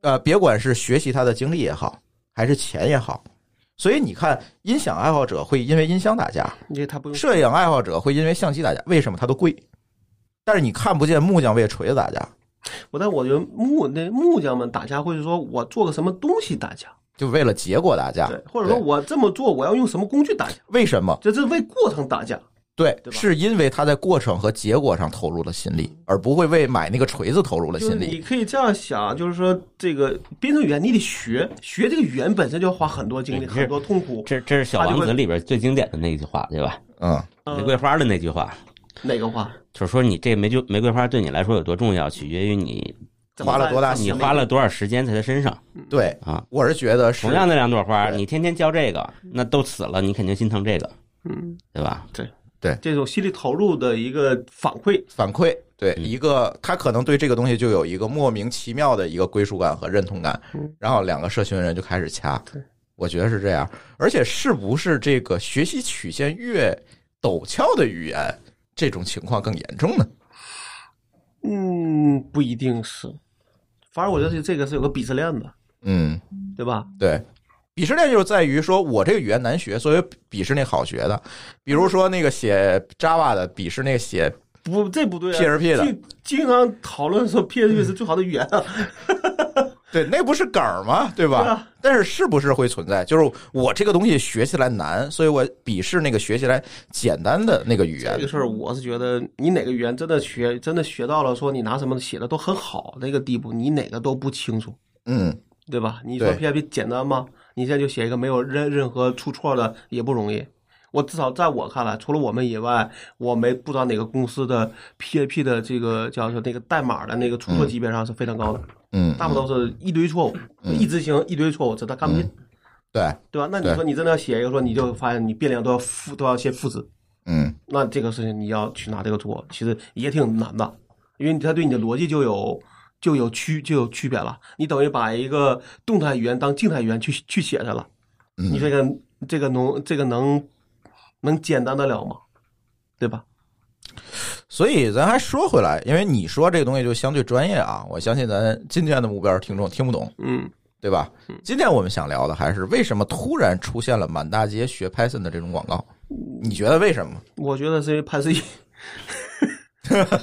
呃，别管是学习它的精力也好，还是钱也好，所以你看，音响爱好者会因为音箱打架，因为他不用摄影爱好者会因为相机打架，为什么它都贵？但是你看不见木匠为锤子打架，我，但我觉得木那木匠们打架，或者说我做个什么东西打架，就为了结果打架对，，或者说啊对我这么做我要用什么工具打架，为什么？这这是为过程打架。对，对吧嗯是因为他在过程和结果上投入了心力，而不会为买那个锤子投入了就是心你力。可以这样想，就是说这个编程语言你得学，学这个语言本身就要花很多哎精力，嗯很多痛苦。这这是《小王子》里边最经典的那一句话，对吧？嗯，呃玫瑰花的那句话，哪个花？就是说你这玫瑰玫瑰花对你来说有多重要，取决于你怎么花了办多大怎么你办花了多少时间在它身上对，啊。我是觉得是同样的两朵花，对你天天浇这个，那都死了，你肯定心疼这个，嗯，对吧？这种心理投入的一个反馈。反馈，对嗯一个他可能对这个东西就有一个莫名其妙的一个归属感和认同感嗯，然后两个社群人就开始掐对。我觉得是这样，而且是不是这个学习曲线越陡峭的语言，这种情况更严重呢？嗯，不一定是，反正我觉得是这个是有个鄙视链的，嗯，对吧？对，鄙视链就是在于说我这个语言难学，所以鄙视那好学的，比如说那个写 Java 的鄙视那个写，不，这不对啊。 PRP 的经经常讨论说 PHP 是最好的语言啊。对，那不是梗儿吗？对吧？对啊但是是不是会存在？就是我这个东西学起来难，所以我鄙视那个学起来简单的那个语言这个。事儿，我是觉得你哪个语言真的学，真的学到了，说你拿什么写的都很好那个地步，你哪个都不清楚，嗯，对吧？你说对 PHP 简单吗？你现在就写一个没有任任何出错的也不容易。我至少在我看来，除了我们以外，我没不知道哪个公司的 PHP 的这个叫做那个代码的那个出错级别上是非常高的，嗯，大部分都是一堆错误，一执行一堆错误，这他干不进，对，对吧？那你嗯对说你真的要写一个说，你就发现你变量都要赋都要先赋值，嗯，那这个事情你要去拿这个做，其实也挺难的，因为它对你的逻辑就有就有区就有区别了。你等于把一个动态语言当静态语言去去写它了，你这个这个能这个能能简单得了吗？对吧？所以咱还说回来，因为你说这个东西就相对专业啊，我相信咱今天的目标听众听不懂，嗯，对吧？今天我们想聊的还是为什么突然出现了满大街学 Python 的这种广告？你觉得为什么？我觉得是因为潘 石屹。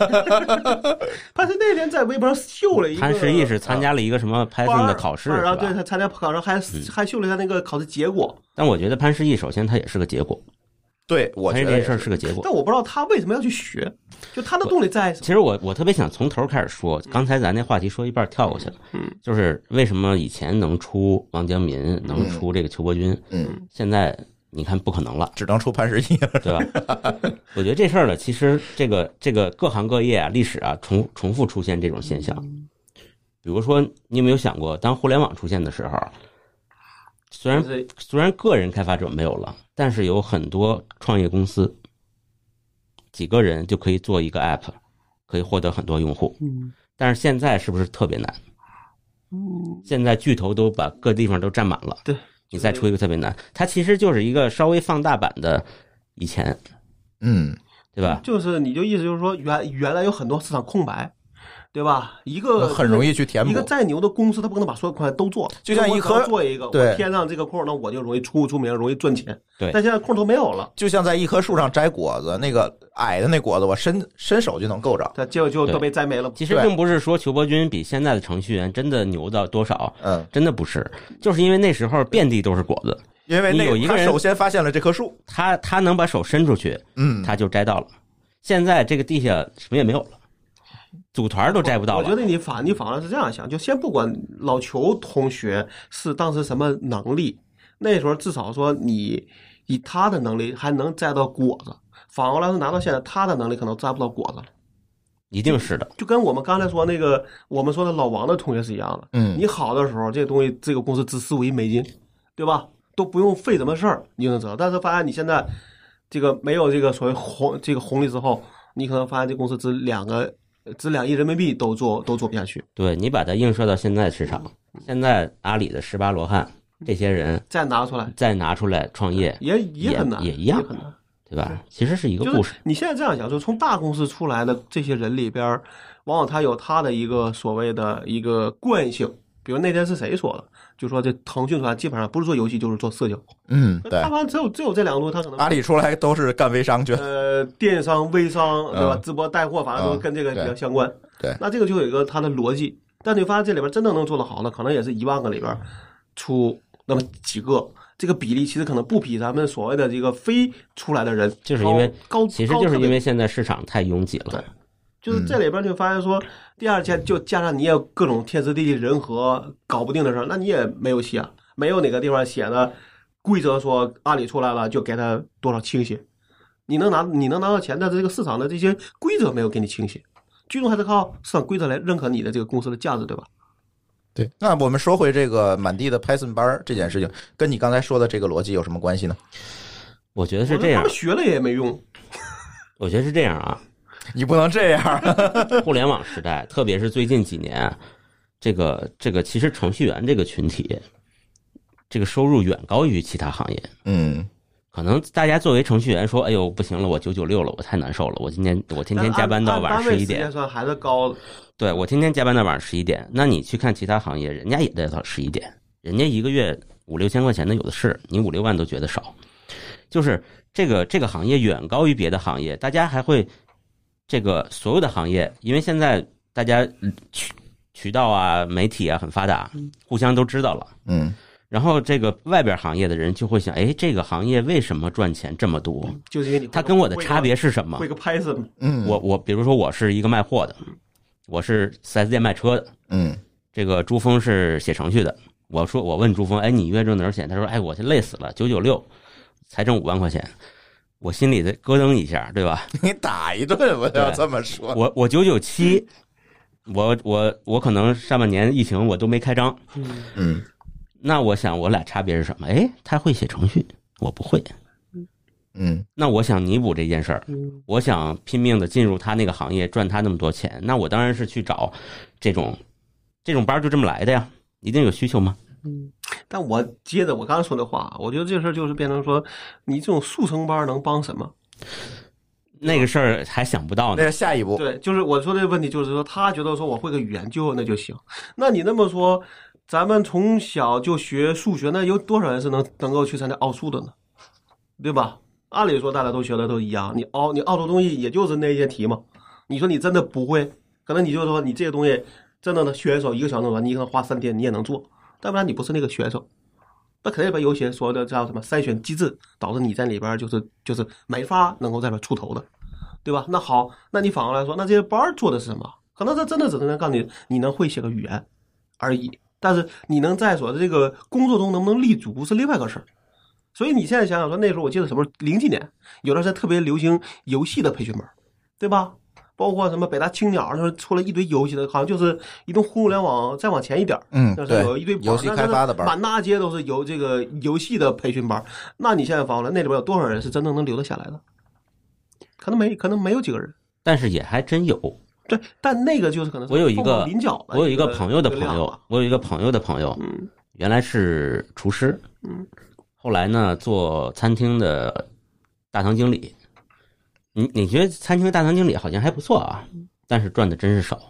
潘石屹那天在微博上秀了一个潘石屹是参加了一个什么 Python 的花儿考试，花儿是然后对吧？嗯他参加考试还还秀了一下那个考试结果，但我觉得潘石屹首先他也是个结果，对，我潘石觉得屹这件也事儿是是个结果。但我不知道他为什么要去学，就他的动力在什其实我我特别想从头开始说，刚才咱那话题说一半跳过去了，嗯，就是为什么以前能出王江民，能出这个邱伯钧，嗯，现在你看不可能了，只能出潘石屹。对吧？我觉得这事儿呢，其实这个这个各行各业啊，历史啊，重重复出现这种现象。比如说，你有没有想过，当互联网出现的时候，虽然么？对虽然个人开发者没有了，但是有很多创业公司，几个人就可以做一个 app，可以获得很多用户。嗯但是现在是不是特别难？嗯，现在巨头都把各地方都占满了，对，你再出一个特别难，它其实就是一个稍微放大版的以前，嗯，对吧？就是你就意思就是说原原来有很多市场空白，对吧？一个很容易去填补呃一个。再牛的公司，他不可能把所有空白都做，就像我一只要颗做一个，对我填上这个空，那我就容易出出名，容易赚钱。对但现在空都没有了，就像在一棵树上摘果子，那个矮的那果子，我伸伸手就能够着。它结果就对都被摘没了。其实对并不是说裘伯钧比现在的程序员真的牛到多少，嗯，真的不是，就是因为那时候遍地都是果子，因为那你有一个他人首先发现了这棵树。他他能把手伸出去，嗯，他就摘到了。现在这个地下什么也没有了，组团都摘不到我觉了。得你反你反而是这样想，就先不管老裘同学是当时什么能力，那时候至少说你以他的能力还能摘到果子，反过来说拿到现在他的能力可能摘不到果子了。一定是的，就跟我们刚才说那个我们说的老王的同学是一样的。嗯你好的时候，这个东西这个公司值四五亿美金，对吧？都不用费什么事儿，你就能知道。但是发现你现在这个没有这个所谓红这个红利之后，你可能发现这公司值两个值两亿人民币都做都做不下去。对你把它映射到现在市场，现在阿里的十八罗汉这些人再拿出来再拿出来创业，也也很难，也也一样很难。对吧？其实是一个就故是事，你现在这样想，就从大公司出来的这些人里边儿，往往他有他的一个所谓的一个惯性。比如那天是谁说的？就说这腾讯出来基本上不是做游戏就是做社交，嗯，对 他，好像只有只有这两个路，他可能阿里出来都是干微商去，呃，电商、微商，对吧？嗯直播带货，反正都嗯跟这个比较对相关。对那这个就有一个它的逻辑，但你发现这里边真正能做得好的，可能也是一万个里边出那么几个，这个比例其实可能不比咱们所谓的这个非出来的人高，就是因为高，其实高就是特别因为现在市场太拥挤了对。嗯就是这里边就发现说，第二天就加上你也有各种天时地利人和搞不定的事儿，那你也没有写，没有哪个地方写的规则说阿里出来了就给他多少倾斜，你能拿你能拿到钱，但是这个市场的这些规则没有给你倾斜，最终还是靠市场规则来认可你的这个公司的价值，对吧？对。那我们说回这个满地的 Python 班儿这件事情，跟你刚才说的这个逻辑有什么关系呢？我觉得是我觉这得样他们，学了也没用，我觉得是这样啊。 你不能这样，互联网时代，特别是最近几年，这个这个其实程序员这个群体，这个收入远高于其他行业。嗯，可能大家作为程序员说：“哎呦，不行了，我九九六了，我太难受了，我今天我天天加班到晚按上按单十位一时点间，算还是高的，对我天天加班到晚上十一点。”那你去看其他行业，人家也得到十一点，人家一个月五六千块钱的有的是，你五六万都觉得少。就是这个这个行业远高于别的行业，大家还会这个所有的行业，因为现在大家嗯渠渠道啊、媒体啊很发达，嗯互相都知道了。嗯，然后这个外边行业的人就会想，哎，这个行业为什么赚钱这么多？就是因为你会它跟我的差别是什么会？个 Python，嗯，我我比如说我是一个卖货的，我是四 S 店卖车的，嗯 这个朱峰是写程序的。我说我问朱峰，哎，你一月挣多少钱？他说，哎，我就累死了，九九六，才挣五万块钱。我心里得咯噔一下，对吧？你打一顿，我要对这么说，我我九九七，我我我可能上半年疫情我都没开张，嗯那我想我俩差别是什么？哎，他会写程序，我不会。嗯那我想弥补这件事儿，我想拼命的进入他那个行业，赚他那么多钱，那我当然是去找这种这种班儿就这么来的呀，一定有需求吗？但我接着我刚才说的话，啊我觉得这事儿就是变成说，你这种速成班儿能帮什么？那个事儿还想不到那呢，是下一步，嗯对，就是我说这个问题，就是说他觉得说我会个语言就那就行。那你那么说，咱们从小就学数学，那有多少人是能能够去参加奥数的呢？对吧？按理说大家都学的都一样，你奥你奥数东西也就是那些题嘛。你说你真的不会，可能你就说你这些东西真的能选手一个小时弄完，你可能花三天你也能做，但不然你不是那个选手。那肯定里边有些所谓的叫什么筛选机制，导致你在里边就是就是没法能够在里边出头的。对吧？那好，那你反过来说，那这些班儿做的是什么？可能他真的只是能告诉你，你能会写个语言而已。但是你能在所这个工作中能不能立足是另外一个事儿。所以你现在想想说，那时候我记得什么时候零几年，有段时间特别流行游戏的培训班儿，对吧？包括什么北大青鸟，那时候出了一堆游戏的，好像就是移动互联网再往前一点儿，嗯，那时候对有一堆，班儿游戏开发的班那儿，真满大街都是游这个游戏的培训班儿。那你现在放了，那里边有多少人是真正能留得下来的？可能没，可能没有几个人。但是也还真有。对，但那个就是可能是我有一个凤毛麟角的，我有一个朋友的朋一个量友吧，我有一个朋友的朋友，嗯原来是厨师，嗯，后来呢做餐厅的大堂经理。你你觉得餐厅大堂经理好像还不错啊，但是赚的真是少。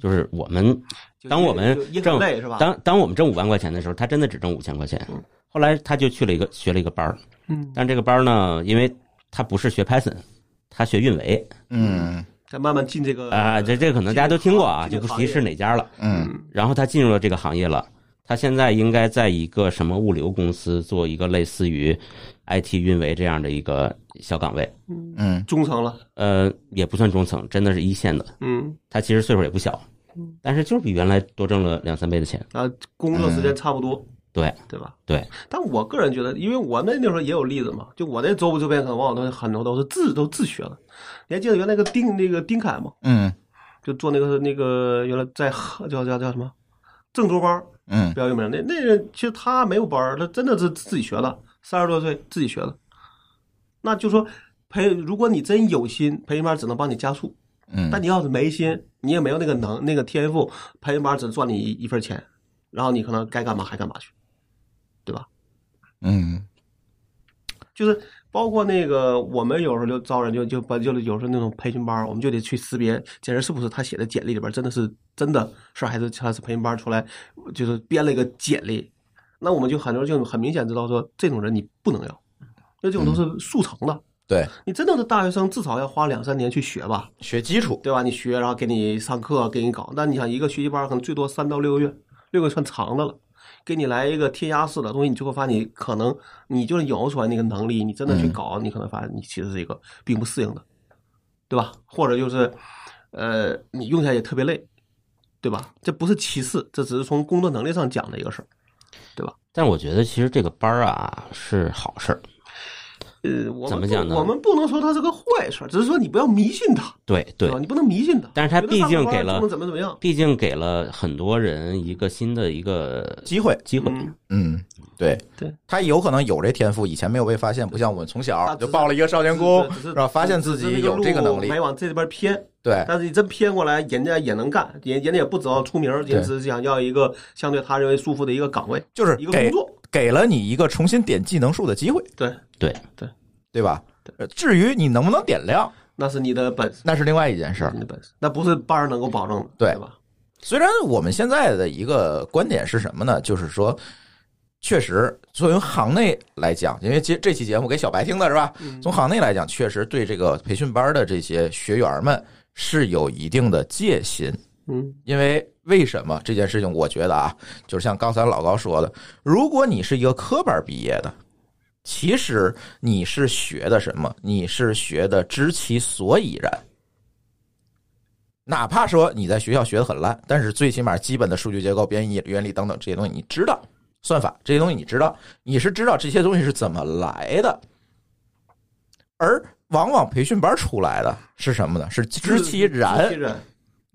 就是我们就当我们就也挣很累是吧？当当我们挣五万块钱的时候，他真的只挣五千块钱嗯。后来他就去了一个学了一个班儿，嗯，但这个班儿呢，因为他不是学 Python，他学运维嗯再慢慢进这个啊、这这可能大家都听过啊，进就嗯这不个行提是哪家了。嗯然后他进入了这个行业了，他现在应该在一个什么物流公司做一个类似于 IT 运维这样的一个小岗位，嗯忠诚了，呃，也不算中层，真的是一线的。嗯，他其实岁数也不小，但是就是比原来多挣了两三倍的钱。啊，工作嗯时间差不多，对对吧？对，但我个人觉得，因为我那那时候也有例子嘛，就我那周不周边可能往往都是很多都是自都自学的。你还记得原来那个丁那个丁凯吗？嗯就做那个那个原来在叫叫叫什么郑州班儿嗯比较有名。那那人其实他没有班儿，他真的是自己学的，三十多岁自己学的。那就说培，如果你真有心，培训班只能帮你加速，嗯但你要是没心，你也没有那个能那个天赋，培训班只赚你一一份钱，然后你可能该干嘛还干嘛去，对吧？嗯就是包括那个我们有时候就招人就就把就有时候那种培训班，我们就得去识别这人是不是他写的简历里边真的是真的是还是他是培训班出来就是编了一个简历，那我们就很多人就很明显知道说这种人你不能要，那这种都是速成的。对，你真的是大学生，至少要花两三年去学吧，学基础，对吧？你学，然后给你上课，给你搞。但你想，一个学习班可能最多三到六个月，六个月算长的了。给你来一个填鸭式的东西，你就会发现，你可能你就是有出来那个能力，你真的去嗯搞，你可能发现你其实是一个并不适应的，对吧？或者就是，呃，你用起来也特别累，对吧？这不是歧视，这只是从工作能力上讲的一个事儿。但我觉得其实这个班儿啊是好事儿，呃，我们怎么不讲呢我们不能说它是个坏事儿，只是说你不要迷信它，对对吧？，你不能迷信它。但是它啊觉得毕上个竟班给儿就了能怎么怎么样，毕竟给了很多人一个新的一个机会，机会。嗯嗯，对对，他有可能有这天赋，以前没有被发现，不像我们从小啊就报了一个少年宫只是，然后发现自己有这个能只是那个力哎路，没往这边偏。对，但是你真偏过来，人家也能干，人人家也不指望出名，人嗯家只是想要一个相对他认为舒服的一个岗位，就是一个工给作。给了你一个重新点技能树的机会，对，对，对吧？呃至于你能不能点亮，那是你的本事，那是另外一件事儿。你的本事，那不是班儿能够保证的，对对吧？虽然我们现在的一个观点是什么呢？就是说，确实作为行内来讲，因为这这期节目给小白听的是吧？从行内来讲，确实对这个培训班的这些学员们是有一定的戒心，嗯因为为什么这件事情？我觉得啊，就是像刚才老高说的，如果你是一个科班毕业的，其实你是学的什么？你是学的知其所以然。哪怕说你在学校学的很烂，但是最起码基本的数据结构、编译原理等等这些东西你知道，算法这些东西你知道，你是知道这些东西是怎么来的。而往往培训班出来的是什么呢？是知其然，知其然，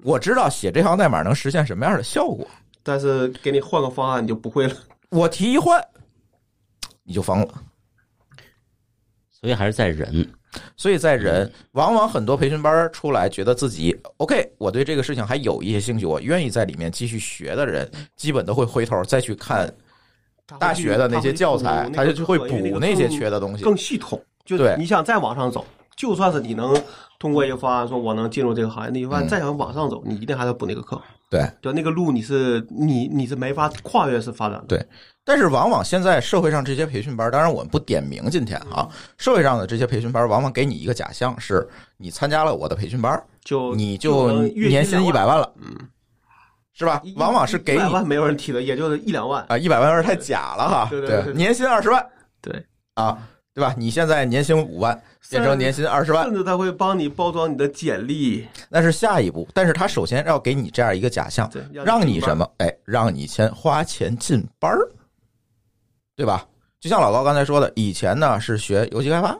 我知道写这行代码能实现什么样的效果。但是给你换个方案你就不会了。我提一换，你就疯了。所以还是在人。所以在嗯人，往往很多培训班出来，觉得自己 OK，我对这个事情还有一些兴趣，我愿意在里面继续学的人，嗯基本都会回头再去看大学的那些教材，他他就会去会去补那补个那些更缺的东西。更系统。就对你想再往上走，就算是你能通过一个方案说我能进入这个行业，你发现再想往上走，你一定还要补那个课。嗯对对，那个路你是你你是没法跨越式发展的。对但是往往现在社会上这些培训班，当然我们不点名今天啊，社会上的这些培训班往往给你一个假象，是你参加了我的培训班，就你就能月年薪一100百万万，了，嗯，是吧？往往是给一你百万没有人提的，也就是一两万。啊，一百万有点太假了哈。对对对对年薪二十万对，啊，对吧？你现在年薪五万，变成年薪二十万甚，至他会帮你包装你的简历，那是下一步。但是他首先要给你这样一个假象对，让让你进班什么？哎，让你先花钱进班儿，对吧？就像老高刚才说的，以前呢是学游戏开发，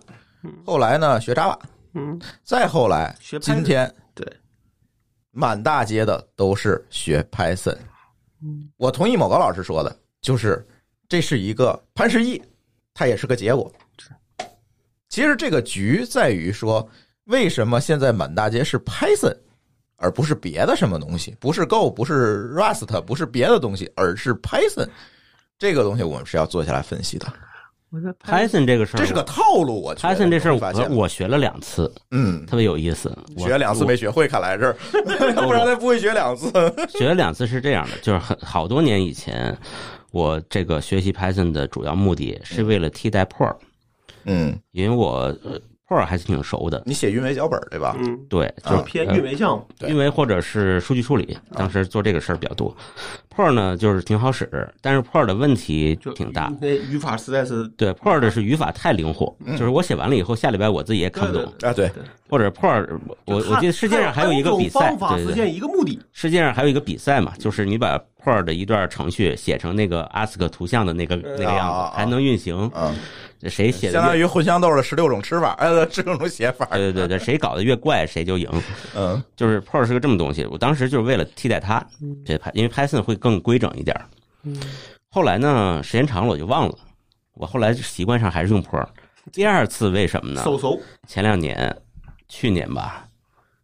后来呢学 Java，嗯，再后来学 Python 今天对，满大街的都是学 Python。我同意某高老师说的，就是这是一个潘石屹，它也是个结果。其实这个局在于说，为什么现在满大街是 Python，而不是别的什么东西？不是 Go，不是 Rust，不是别的东西，而是 Python。这个东西我们是要坐下来分析的，我在 Python 这个事儿，这是个套路。我觉得 Python 这事儿，我发现我，我学了两次，嗯，特别有意思。我学了两次没学会，看 来是，不然他不会学两次。学了两次是这样的，就是很好多年以前，我这个学习 Python 的主要目的是为了替代 Perl，嗯，因为我呃 Perl 还是挺熟的，你写运维小本儿对吧？嗯，对，就就是是偏运维项目，对因为或者是数据处理，啊当时做这个事儿比较多。Perl 呢就是挺好使，但是 Perl 的问题就挺大。那语法嗯实在是对 Perl 的是语法太灵活，就是我写完了以后，下礼拜我自己也看不懂。啊，对，或者 Perl，我我就它我记得世界上还有一个比它赛有种，方法对实对对，现一个目的，世界上还有一个比赛嘛，就是你把 Perl 的一段程序写成那个 ASC 图像的那呃个那个啊样啊啊子，还能运行。嗯，谁写相的当越于茴香豆的十六种吃法， 呃，十六种写法，对对对对，谁搞得越怪谁就赢。嗯就是 Perl 是个这么东西，我当时就是为了替代它，这 Py 因为 Python 会更规整一点儿。后来呢，时间长了我就忘了，我后来习惯上还是用啊 Perl。第二次为什么呢？手熟，前两年，去年吧，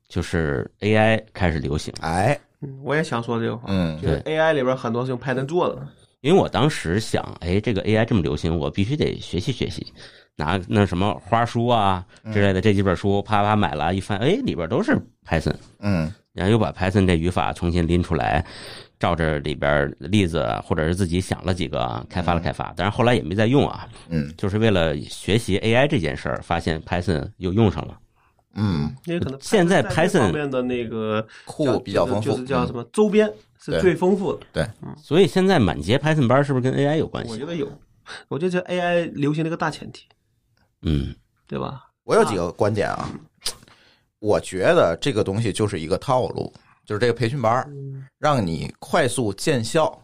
就是 AI 开始流行。哎，嗯，我也想说这个话，嗯就是 AI 里边很多是用 Python 做的，因为我当时想，哎，这个 AI 这么流行，我必须得学习学习，拿那什么花书啊之类的这几本书，啪啪买了一翻，哎，里边都是 Python，嗯然后又把 Python 这语法重新拎出来，照着里边例子啊或者是自己想了几个啊开嗯发了开发，但是后来也没再用啊，嗯就是为了学习 AI 这件事儿，发现 Python 又用上了。嗯，因为可能现在在这 Python 方面的那个叫库比较就丰是富，嗯就是叫什么？么周边是对最丰富的。所以现在满街 Python 班是不是跟 AI 有关嗯我系觉？得有，我觉得这 AI 流行的一个大前提，嗯，对吧？我有几个观点啊，我觉得这个东西就是一个套路，就是这个培训班儿嗯让你快速见效，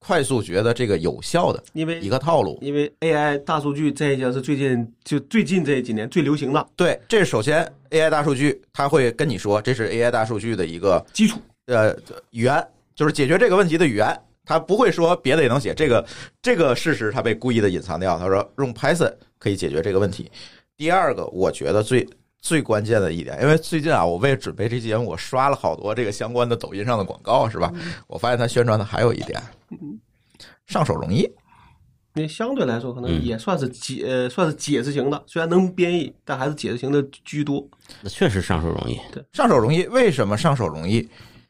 快速觉得这个有效的因为一个套路。因为 AI 大数据这一项是最近就最近这几年最流行的对，这是首先 AI 大数据，它会跟你说这是 AI 大数据的一个基础。呃语言，就是解决这个问题的语言。它不会说别的也能写，这个这个事实它被故意的隐藏掉。他说用 Python 可以解决这个问题。第二个，我觉得最最关键的一点，因为最近啊，我为准备这期节目，我刷了好多这个相关的抖音上的广告，是吧？我发现它宣传的还有一点，上手容易。因为相对来说，可能嗯也算是解、呃算是解释型的，虽然能编译，但还是解释型的居多。那确实上手容易。上手容易，为什么上手容易？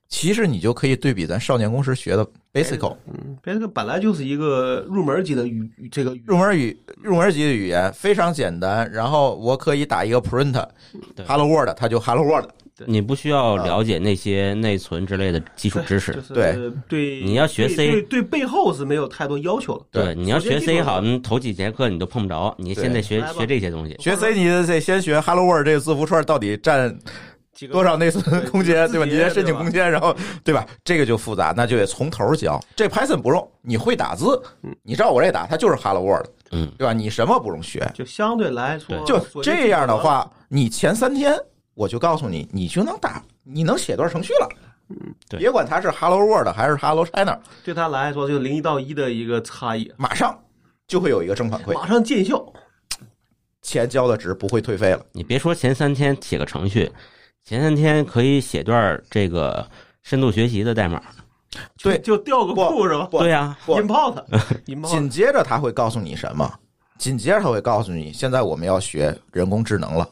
其实你就可以对比咱少年宫时学的 Basic 嗯，编这个本来就是一个入门级的语语这个语入门语入门级的语言，非常简单。然后我可以打一个 print 对 hello world，它就 hello world。对啊你不需要了解那些内存之类的基础知识，就是对对，你要学 C 对对对背后是没有太多要求的。对对，你要学首先基 C 础好，你头几节课你都碰不着，你现在学来吧学这些东西。学 C 你得先学 hello world 这个字符串到底占几个多少内存对空间，对吧？字你节先申请对吧空间，然后对吧？这个就复杂，那就得从头教。这 Python 不用，你会打字，你照我这打，它就是 hello world，嗯，对吧？你什么不用学？就相对来说，就哦所谓这样的基础话，你前三天我就告诉你，你就能打，你能写段程序了。对别管它是 Hello World 还是 Hello China，对他来说就是零一到一的一个差异，马上就会有一个正反馈，马上见效。钱交的值不会退费了。你别说前三天写个程序，前三天可以写段这个深度学习的代码。就对就调个库是吧？不对啊呀，不 import import 紧接着他会告诉你什么？紧接着他会告诉你，现在我们要学人工智能了。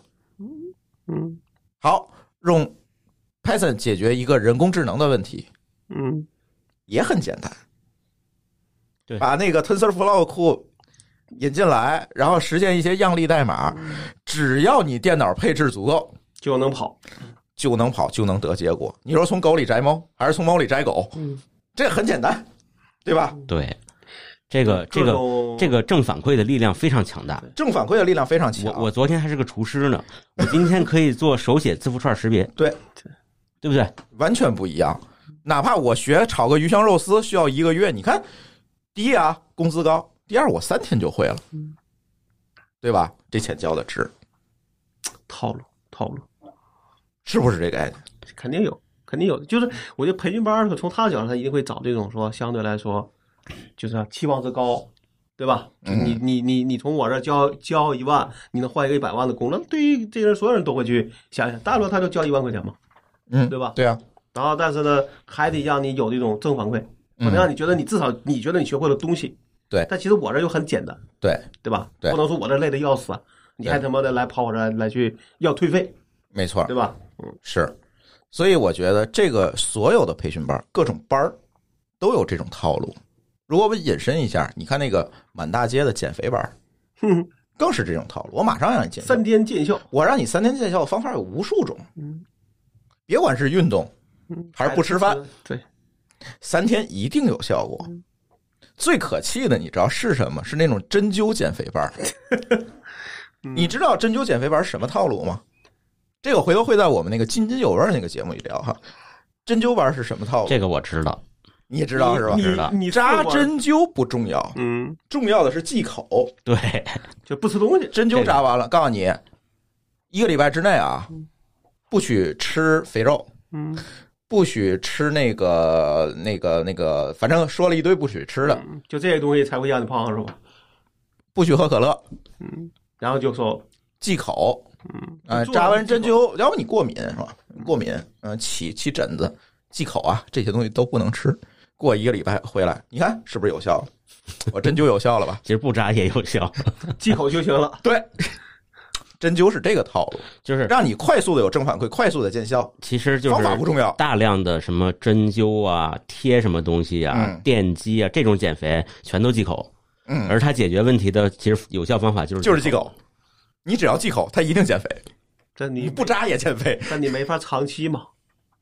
嗯好，用 Python 解决一个人工智能的问题嗯，也很简单，对把那个 TensorFlow 库引进来，然后实现一些样例代码，只要你电脑配置足够，就能跑。就能跑，就能得结果。你说从狗里摘猫，还是从猫里摘狗？嗯这很简单，对吧？对，这个这各个种这个正反馈的力量非常强大。正反馈的力量非常强我。我昨天还是个厨师呢，我今天可以做手写字符串识别， 对对不对？完全不一样。哪怕我学炒个鱼香肉丝需要一个月，你看，第一啊，工资高；第二，我三天就会了，对吧？这钱交的值，套路套路是不是这个概念？肯定有，肯定有。就是我嗯觉得培训班儿从他的角度，他一定会找这种说相对来说，就是期望值高。对吧？就嗯你你你你从我这儿交交一万，你能换一个一百万的工，那对于这个人所有人都会去想想，大不了他就交一万块钱嘛，嗯，对吧对啊，然后但是呢，还得让你有这种正反馈，可能让你觉得你至少你觉得你学会了东西。嗯对但其实我这又很简单，对，对吧？对不能说我这累的要死啊，你还他妈的来跑我这儿来去要退费，没错，对吧？是。所以我觉得这个所有的培训班，各种班儿都有这种套路。如果我引申一下，你看那个满大街的减肥班儿，哼，更是这种套路。我马上让你减肥三，天见效，我让你三天见效的方法有无数种嗯，别管是运动还是不吃饭，，对，三天一定有效果。最可气的，你知道是什么？是那种针灸减肥 班儿。嗯你知道针灸减肥班儿是什么套路吗？这个回头会在我们那个津津有味儿那个节目里聊哈。针灸班儿是什么套路？这个我知道，你知道是吧你？知道你你扎试过，针灸不重要，嗯，重要的是忌口。对，就不吃东西，针灸扎完了，告诉你，一个礼拜之内啊，不许吃肥肉，嗯，不许吃那个那个那个，反正说了一堆不许吃的，嗯就这些东西才会让你胖，是吧？不许喝可乐，嗯，然后就说忌口，啊，嗯做扎了完针几灸，要不你过敏是吧？过敏，嗯、起起疹子、忌口啊，这些东西都不能吃。过一个礼拜回来，你看是不是有 效了？我针灸有效了吧？其实不扎也有效，忌口就行了。对，针灸是这个套路，就是让你快速的有正反馈，快速的见效。其实就方是法不重要，大量的什么针灸啊、贴什么东西啊、嗯电击啊这种减肥全都忌口，嗯，而它解决问题的其实有效方法就是就是忌口。你只要忌口，它一定减肥，这你你不，扎也减肥。但你没法长期嘛，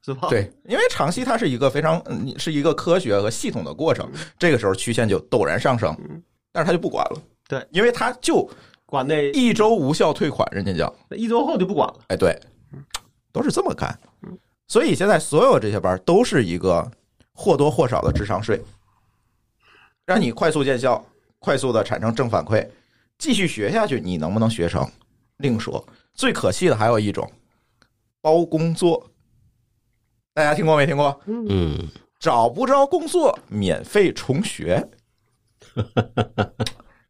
是吧？，对，因为长期它是一个非常，嗯是一个科学和系统的过嗯程，这个时候曲线就陡然上升，但是他就不管了。对，因为他就管那一周无效退款，人家叫，一周后就不管了。哎，对，都是这么干。所以现在所有这些班儿都是一个或多或少的智商税，让你快速见效，快速的产生正反馈，继续学下去，你能不能学成另说。最可气的还有一种包工作，大家听过没听过？嗯，找不着工作，免费重学。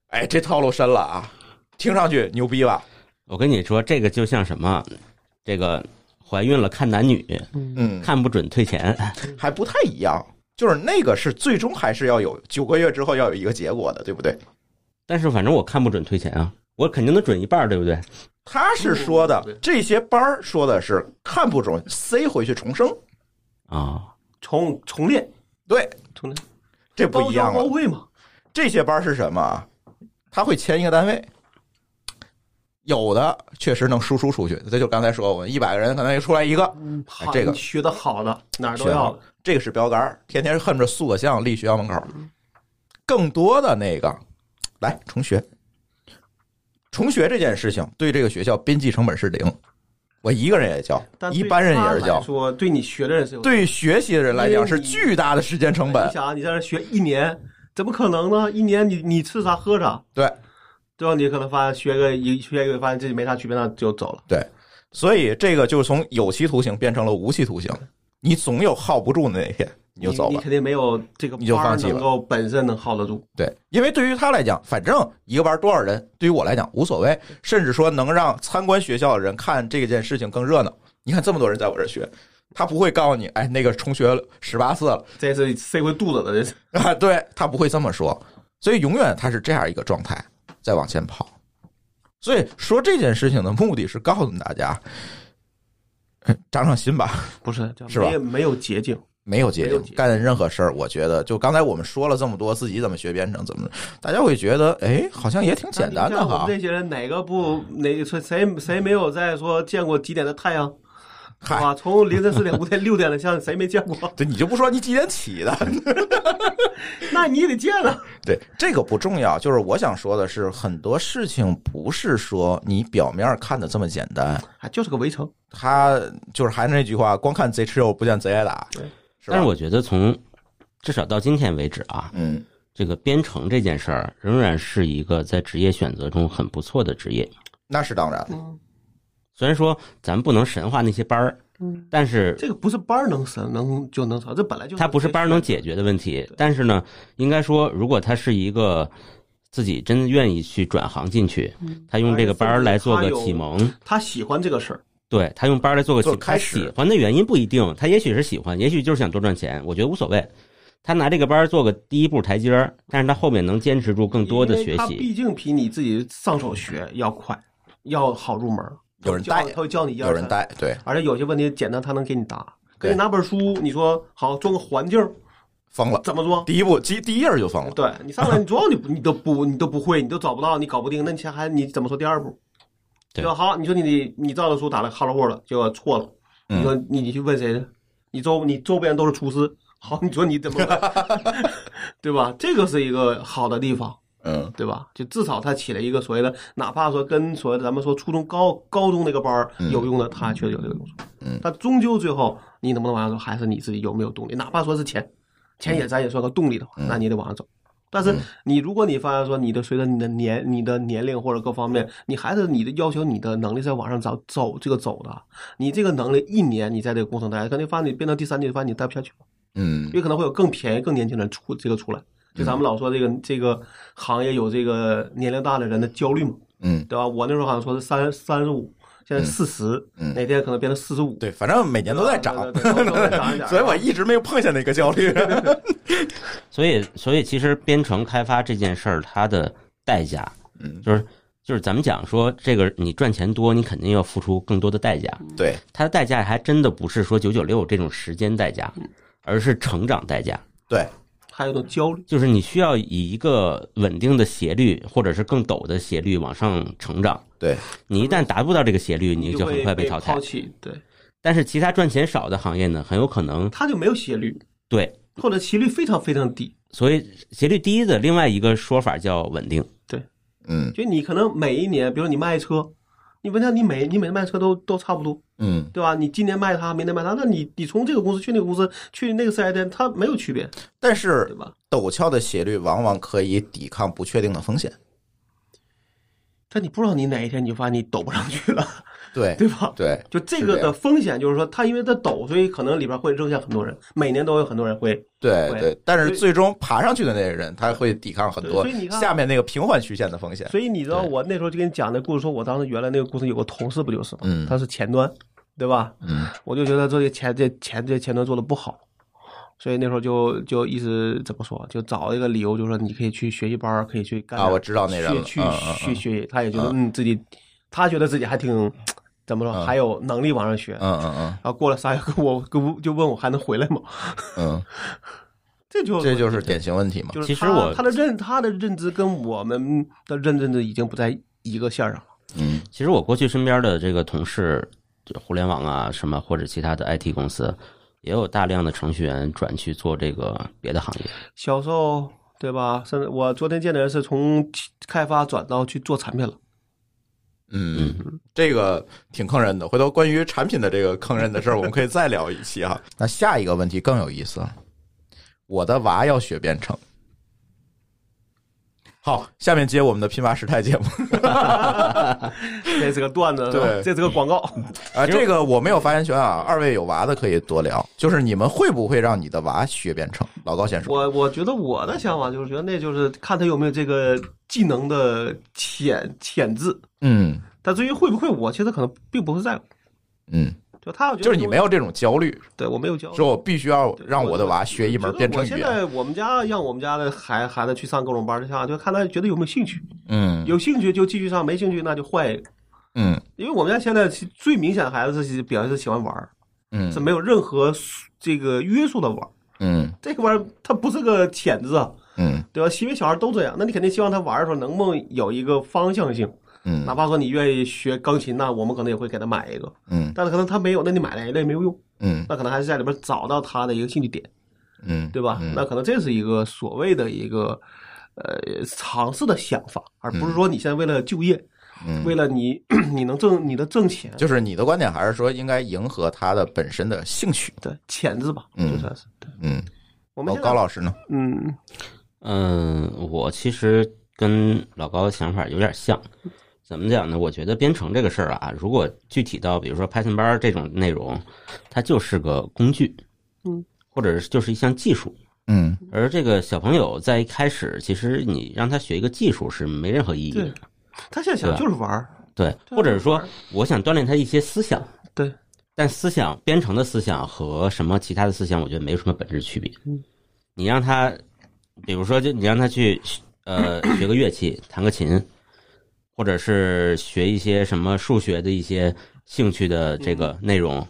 哎，这套路深了啊！听上去牛逼吧？我跟你说，这个就像什么，这个怀孕了看男女，嗯，看不准退钱，还不太一样，就是那个是最终还是要有九个月之后要有一个结果的，对不对？但是反正我看不准退钱啊，我肯定能准一半儿，对不对？他是说的嗯对这些班儿说的是看不准塞回去重生，啊，重重练，对，重练，这不包一样装包了。会嘛。这些班儿是什么啊？他会签一个单位，有的确实能输出出去，这就刚才说我一百个人可能就出来一个，嗯，哎这个学的好的哪儿都学得要好。这个是标杆儿，天天恨不着塑个像立学校门口儿。更多的那个，来重学，重学这件事情对这个学校边际成本是零，我一个人也教但，对一般人也是他教来，说对你学的人是有对于学习的人来讲因为是你巨大的时间成本你。想啊，你在这学一年，怎么可能呢？一年你你吃啥喝啥，对最后你可能发现学个一学一个月，发现自己没啥区别，那就走了。对，所以这个就是从有期徒刑变成了无期徒刑，你总有耗不住的那一天，你就走你吧。肯定没有这个你就班儿放弃了能够本身能耗得住。对，因为对于他来讲，反正一个班多少人，对于我来讲无所谓，甚至说能让参观学校的人看这件事情更热闹。你看这么多人在我这儿学，他不会告诉你，哎，那个重学十八次了 这是塞回肚子的，这是啊，对他不会这么说，所以永远他是这样一个状态在往前跑。所以说这件事情的目的是告诉大家，哎长长心吧，不是叫是吧没有没有捷径，没有捷没有径捷，径干任何事儿，我觉得就刚才我们说了这么多，自己怎么学编程，怎么大家会觉得，哎，好像也挺简单你的像我哈们。这些人哪个不哪个谁谁谁没有在说见过几点的太阳？嗨啊，从凌晨四点、五点、 六点的，像谁没见过？ 对，你就不说你几点起的， 那你也得见啊！对，这个不重要。就是我想说的是，很多事情不是说你表面看的这么简单。啊，就是个围城。他就是还是那句话，光看贼吃肉，不见贼挨打，对是吧？但是我觉得从至少到今天为止啊，嗯，这个编程这件事儿仍然是一个在职业选择中很不错的职业。那是当然。嗯，虽然说咱不能神化那些班儿，嗯但是这个不是班儿能升能就能升，这本来就是它不是班儿能解决的问题。但是呢，应该说，如果他是一个自己真愿意去转行进去，嗯他用这个班儿来做个启蒙，他喜欢这个事儿，对他用班儿来做个启做蒙。开他始喜欢的原因不一定，他也许是喜欢，也许就是想多赚钱，我觉得无所谓。他拿这个班儿做个第一步台阶儿，但是他后面能坚持住更多的因为学他习。毕竟比你自己上手学要快，要好入门儿。有人带他会教你一二有人三，带，对，而且有些问题简单，他能给你答。给对你拿本书，你说好装个环境儿疯了。怎么装？第一步，第第一页就疯了。对你上 来你装你不你都不你都不会，你都找不到，你搞不定，那你还你怎么说第二步？对吧好，你说你你你照着书打了 Hello World，结果错了，嗯你说你你去问谁呢？你周你周边都是厨师，好，你说你怎 么办？对吧？这个是一个好的地方，嗯，对吧？就至少它起了一个所谓的，哪怕说跟所谓的咱们说初中高高中那个班儿有用的，它确实有这个用处。嗯但终究最后你能不能往上走，还是你自己有没有动力。哪怕说是钱，钱也咱也算个动力的话，那你得往上走。但是你如果你发现说你的随着你的年你的年龄或者各方面，你还是你的要求你的能力是要往上走走这个走的，你这个能力一年你在这个工程待，可能发现你变到第三年，发现你待不下去了。嗯，也可能会有更便宜、更年轻人出这个出来。就咱们老说这个这个行业有这个年龄大的人的焦虑嘛，嗯，对吧？我那时候好像说是三三十五，现在四十、嗯哪天可能变成四十五，对，反正每年都在涨，对对对都在涨一 点啊所以我一直没有碰下那个焦虑。 所以，所以其实编程开发这件事儿，它的代价，嗯，就是就是咱们讲说，这个你赚钱多，你肯定要付出更多的代价。对，它的代价还真的不是说九九六这种时间代价，嗯而是成长代价。对，还有一种焦虑，就是你需要以一个稳定的斜率，或者是更陡的斜率往上成长。对，你一旦达不到这个斜率，你你就很会快被淘汰抛。弃，对，但是其他赚钱少的行业呢，很有可能它就没有斜率，对。或者斜率非常非常低，所以斜率低的另外一个说法叫稳定。嗯就你可能每一年，比如你卖车，你问他你每你每卖车都都差不多，嗯，对吧？你今年卖它，明年卖它，那你你从这个公司去那个公司，去那个四 S 店，它没有区别，但对是吧？陡峭的斜率往往可以抵抗不确定的风险。但你不知道你哪一天你就发现你抖不上去了，对对吧？对就这是个这样的风险，就是说它因为它抖，所以可能里边会扔下很多嗯人，每年都有很多人会。对对对，但是所以最终爬上去的那个人，他会抵抗很多对所以你看下面那个平缓曲线的风险。所以你知道我那时候就跟你讲那故事，说我当时原来那个公司有个同事不就是吗？嗯他是前端，对吧？嗯，我就觉得这些前这前这前端做的不好，所以那时候就就一直怎么说，就找一个理由，就说你可以去学习班儿，可以去干啊点我知道那人了去去嗯嗯去学习，他也觉得嗯自己，他觉得自己还挺怎么说，还有能力往上学。嗯嗯然后过了三个月， 跟我跟我就问我还能回来吗？ 嗯这就嗯，这就是典型问题嘛。就是其实他我他的认他的认知跟我们的认认知已经不在一个线儿上了。嗯其实我过去身边的这个同事，就互联网啊什么或者其他的 IT 公司，也有大量的程序员转去做这个别的行业。销售对吧？甚至我昨天见的人是从开发转到去做产品了。嗯，这个挺坑人的。回头关于产品的这个坑人的事儿，我们可以再聊一期哈。 那下一个问题更有意思了，我的娃要学编程。好，下面接我们的拼娃时态节 目这是个段子，是吧对这是个广告。哎啊，这个我没有发言权啊。二位有娃的可以多聊，就是你们会不会让你的娃学编程？老高先说，我我觉得我的想法就是觉得那就是看他有没有这个技能的潜潜质，嗯但至于会不会，我其实可能并不会在乎。嗯，就他要觉得就是你没有这种焦虑，对我没有教。说我必须要对让我的娃学一门编程我语觉言。得我现在我们家让我们家的孩孩子去上各种班儿，上就看他觉得有没有兴趣，嗯有兴趣就继续上，没兴趣那就换一个。嗯因为我们家现在其最明显的孩子是表现是喜欢玩儿，是嗯没有任何这个约束的玩儿。嗯这个玩意儿它不是个潜质啊，嗯对吧？因为小孩都这样，那你肯定希望他玩的时候能不能有一个方向性，哪嗯怕说你愿意学钢琴，那我们可能也会给他买一个，嗯但是可能他没有，那你买了也没有用，嗯那可能还是在里边找到他的一个兴趣点，嗯，对吧？那可能这是一个所谓的一个呃尝试的想法，而不是说你现在为了就业，嗯为了你 你能挣你能挣钱，就是你的观点还是说应该迎合他的本身的兴趣。对潜质吧，嗯就算是。对嗯，我们老现高在老师呢？嗯，嗯，我其实跟老高的想法有点像。怎么讲呢？我觉得编程这个事儿啊，如果具体到比如说 Python 班儿这种内容，它就是个工具，嗯，或者是就是一项技术。嗯而这个小朋友在一开始，其实你让他学一个技术是没任何意义的对，他现在想就是玩儿，对，对或者是好说玩儿我想锻炼他一些思想，对，但思想编程的思想和什么其他的思想，我觉得没有什么本质区别。嗯你让他，比如说，就你让他去呃学个乐器，弹个琴，或者是学一些什么数学的一些兴趣的这个内容，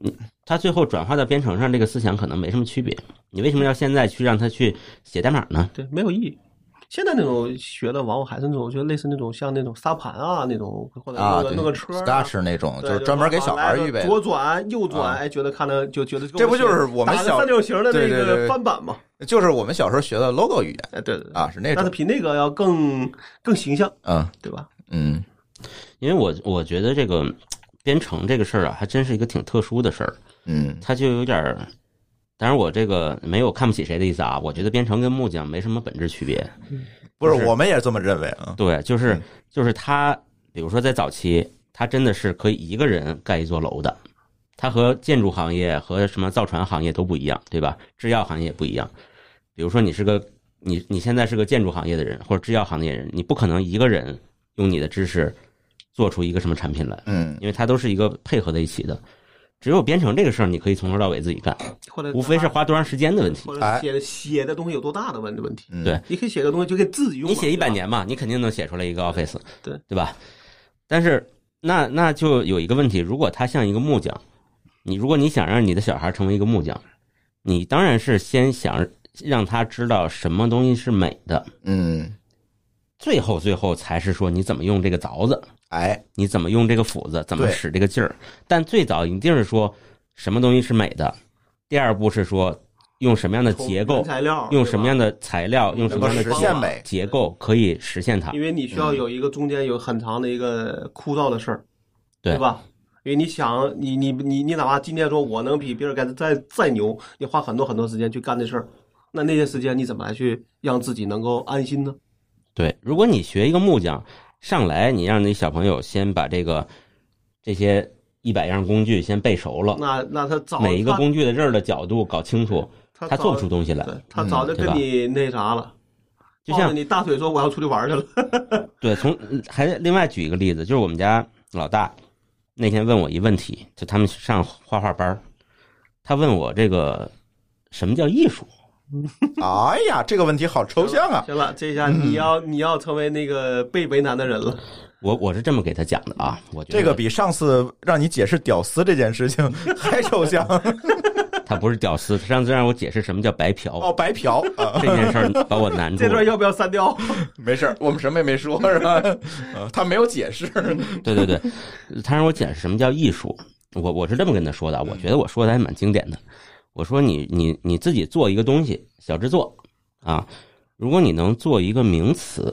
嗯，他最后转化到编程上，这个思想可能没什么区别。你为什么要现在去让他去写代码呢？对，没有意义。现在那种学的往往还是那种，就类似那种像那种沙盘啊那种，或者啊，弄个对弄个车啊、 ，Scratch 那种，对就是专门给小孩预备的来个。左转右啊转，哎，觉得看着就觉得这不就是我们打个小三六形的对那对对对个翻版嘛？就是我们小时候学的 logo 语言哎，对对对，啊，是那但种。是比那个要更更形象，嗯对吧？嗯因为我我觉得这个嗯编程这个事儿啊，还真是一个挺特殊的事儿。嗯他就有点儿，当然我这个没有看不起谁的意思啊，我觉得编程跟木匠没什么本质区别。不，就是是我们也这么认为啊。对，就是嗯就是他，比如说在早期，他真的是可以一个人盖一座楼的，他和建筑行业和什么造船行业都不一样，对吧？制药行业也不一样。比如说你是个你你现在是个建筑行业的人或者制药行业的人，你不可能一个人用你的知识做出一个什么产品来，嗯因为它都是一个配合在一起的。只有编程这个事儿，你可以从头到尾自己干，或者无非是花多长时间的问题。或哎者写的写的东西有多大的问问题。嗯，对你可以写个东西就可以自己用嘛，你写一百对吧，年嘛，你肯定能写出来一个 Office，对对吧？但是那那就有一个问题，如果它像一个木匠，你如果你想让你的小孩成为一个木匠，你当然是先想让他知道什么东西是美的，嗯，最后最后才是说你怎么用这个凿子，哎，你怎么用这个斧子，怎么对使这个劲儿。但最早一定是说什么东西是美的，第二步是说用什么样的从结构原，材料用什么样的？的材料，用什能么够样的实结现美，结构可以实现它因。为你需嗯要有一个中间有很长的一个枯燥的事儿，对对吧？因为你想，你你你你哪怕今天说我能比比尔盖茨再再牛，你花很多很多时间去干这事儿，那那些时间你怎么来去让自己能够安心呢？对，如果你学一个木匠，上来你让你小朋友先把这个这些一百样工具先背熟了，那那他早每一个他工具的刃儿的角度搞清楚，他他早做不出东西来。对他嗯早就对吧跟你那啥了，就抱着像你大腿说我要出去玩去了，对，从还另外举一个例子，就是我们家老大那天问我一问题，就他们上画画班儿，他问我这个什么叫艺术？哎呀，这个问题好抽象啊，行了，这下你要、嗯你要成为那个被为难的人了。我我是这么给他讲的啊，我觉得这个比上次让你解释屌丝这件事 情还抽象他不是屌丝，他上次让我解释什么叫白嫖、哦，白嫖啊，这件事儿，把我难住 这了段。要不要删掉？没事儿，我们什么也没说是 吧？呃他没有解释，对对对，他让我解释什么叫艺术，我我是这么跟他说嗯的啊，我觉得我说的还蛮经典的。我说你你你自己做一个东西，小制作啊，如果你能做一个名词，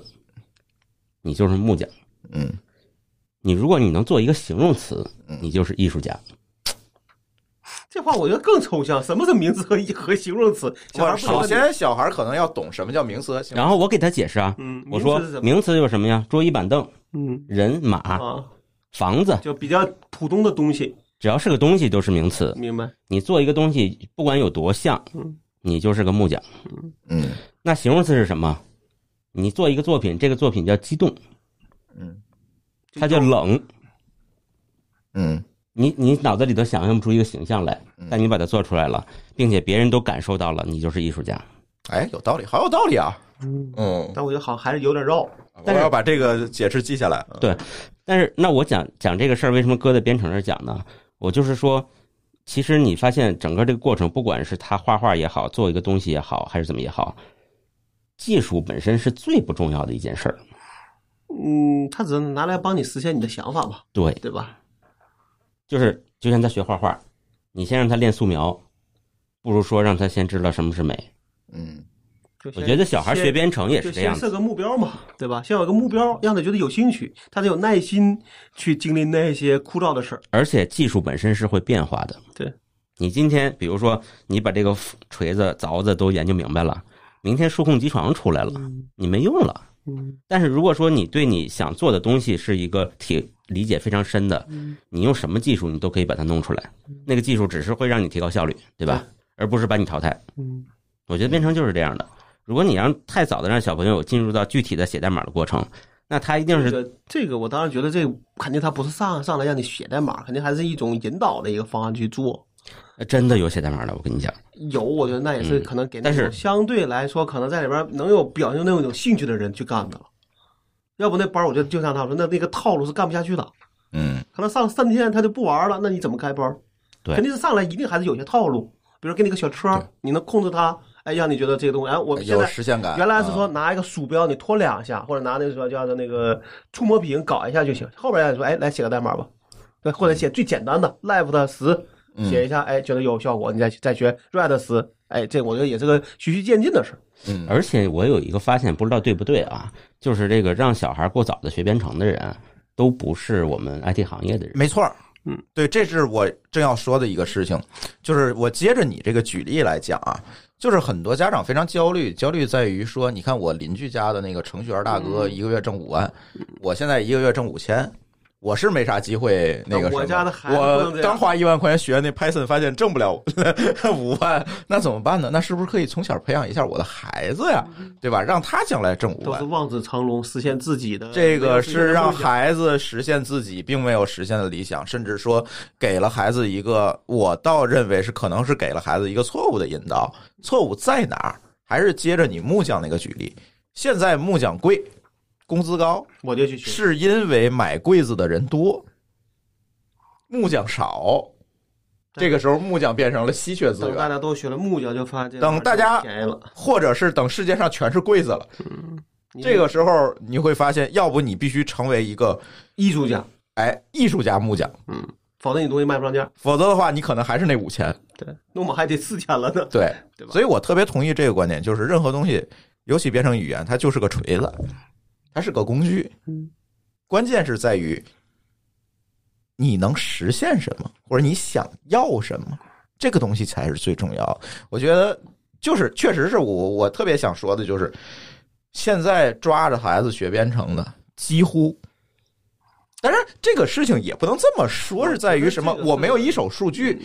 你就是木匠；嗯你如果你能做一个形容词嗯，你就是艺术家。这话我觉得更抽象。什么是名词和和形容词？小孩我不懂首先小孩可能要懂什么叫名词和形容然后我给他解释啊，嗯，我名说词是什么？名词有什么呀？桌椅板凳、嗯人、马、啊，房子，就比较普通的东西，只要是个东西都是名词。明白？你做一个东西，不管有多像嗯，你就是个木匠。嗯那形容词是什么？你做一个作品，这个作品叫激动，嗯它叫冷。嗯你你脑子里头想象不出一个形象来嗯，但你把它做出来了，并且别人都感受到了，你就是艺术家。哎，有道理，好有道理啊，嗯，嗯，但我觉得好像还是有点绕。我但是要把这个解释记下来，嗯对但是，那我讲讲这个事儿，为什么搁在编程这儿讲呢？我就是说，其实你发现整个这个过程，不管是他画画也好，做一个东西也好，还是怎么也好，技术本身是最不重要的一件事儿。嗯，他只能拿来帮你实现你的想法吧，对，对吧？就是就像他学画画，你先让他练素描，不如说让他先知道什么是美。嗯就我先觉得小孩学先编程也是就这先样的，设个目标嘛，对吧？先有个目标，让他觉得有兴趣，他得有耐心去经历那些枯燥的事儿。而且技术本身是会变化的。对，你今天比如说你把这个锤子、凿子都研究明白了，明天数控机床出来了，你没用了。嗯，但是如果说你对你想做的东西是一个体理解非常深的，嗯你用什么技术你都可以把它弄出来，那个技术只是会让你提高效率，对吧？而不是把你淘汰。嗯，我觉得编程就是这样的。如果你让太早的让小朋友进入到具体的写代码的过程，那他一定这是个这个，我当然觉得这个肯定他不是上上来让你写代码，肯定还是一种引导的一个方案去做。呃真的有写代码的。我跟你讲，有，我觉得那也是嗯可能给那但是种相对来说，可能在里边能有表现那种有兴趣的人去干的了。要不那班儿我觉得就像他说，那那个套路是干不下去的。嗯可能上三天他就不玩了，那你怎么开班儿？对肯定是上来一定还是有些套路，比如给你个小车对，你能控制它，哎，让你觉得这个东西，哎，我嗯现有在实现感，原来是说拿一个鼠标你拖两嗯下，或者拿那个说叫做那个触摸屏搞一下就行。后边再说，哎，来写个代码吧，对，或者写最简单的 left 十，嗯写一下，哎，觉得有效果，你再再学 right 十，哎，这我觉得也是个循序渐进的事儿。嗯而且我有一个发现，不知道对不对啊，就是这个让小孩过早的学编程的人，都不是我们 IT 行业的人。没错儿，嗯，对，这是我正要说的一个事情，就是我接着你这个举例来讲啊，就是很多家长非常焦虑，焦虑在于说，你嗯看我邻居家的那个程序员大哥一个月挣五万，我现在一个月挣五千，我是没啥机会那个什么。我家的孩子不我能这样刚花一万块钱学那 Python，发现挣不了五万，那怎么办呢？那是不是可以从小培养一下我的孩子呀？对吧？让他将来挣五嗯都是万。望子成龙，实现自己的这个是让梦想孩子实现自己并没有实现的理想，甚至说给了孩子一个，我倒认为是可能是给了孩子一个错误的引导。错误在哪儿？还是接着你木匠那个举例，现在木匠贵，工资高，我就去学。是因为买柜子的人多，木匠少，这个时候木匠变成了稀缺资等大源，家都学了木匠，就发现这等玩意儿大家便宜了。或者是等世界上全是柜子了，你这个时候你会发现，要不你必须成为一个艺术家，哎艺术家木匠，否则你东西卖不上价。否则的话你可能还是那五千。对，那我们还得四千了呢。对对，吧所以我特别同意这个观点，就是任何东西，尤其编程语言，它就是个锤子，它是个工具，关键是在于你能实现什么，或者你想要什么，这个东西才是最重要的。我觉得就是，确实是我我特别想说的，就是现在抓着孩子学编程的几乎。当然，这个事情也不能这么说，是在于什么我觉得这？个我没有一手数据，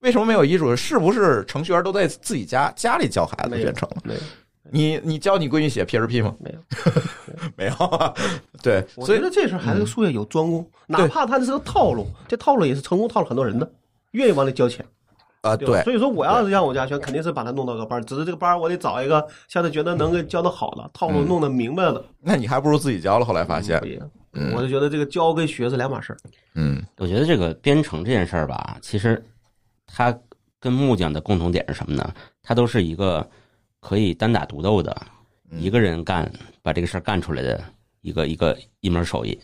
为什么没有医嘱？是不是程序员都在自己家家里教孩子没有编程了？没有，你你教你闺女写 PHP 吗？没有， 没有啊。 对，我所觉以嗯得这事儿还是术业有专攻，哪怕他这是个套路，这套路也是成功套了很多人的，愿意往里交钱。啊，对吧对所以说我要是让我家学，肯定是把他弄到个班儿，只是这个班儿我得找一个像他觉得能给教的好的，套路嗯弄得明白了的，那你还不如自己教了。后来发现不，一样。我就觉得这个教跟学是两码事儿。嗯我觉得这个编程这件事儿吧，其实它跟木匠的共同点是什么呢？它都是一个可以单打独斗的，一个人干把这个事儿干出来的一个一个一门手艺。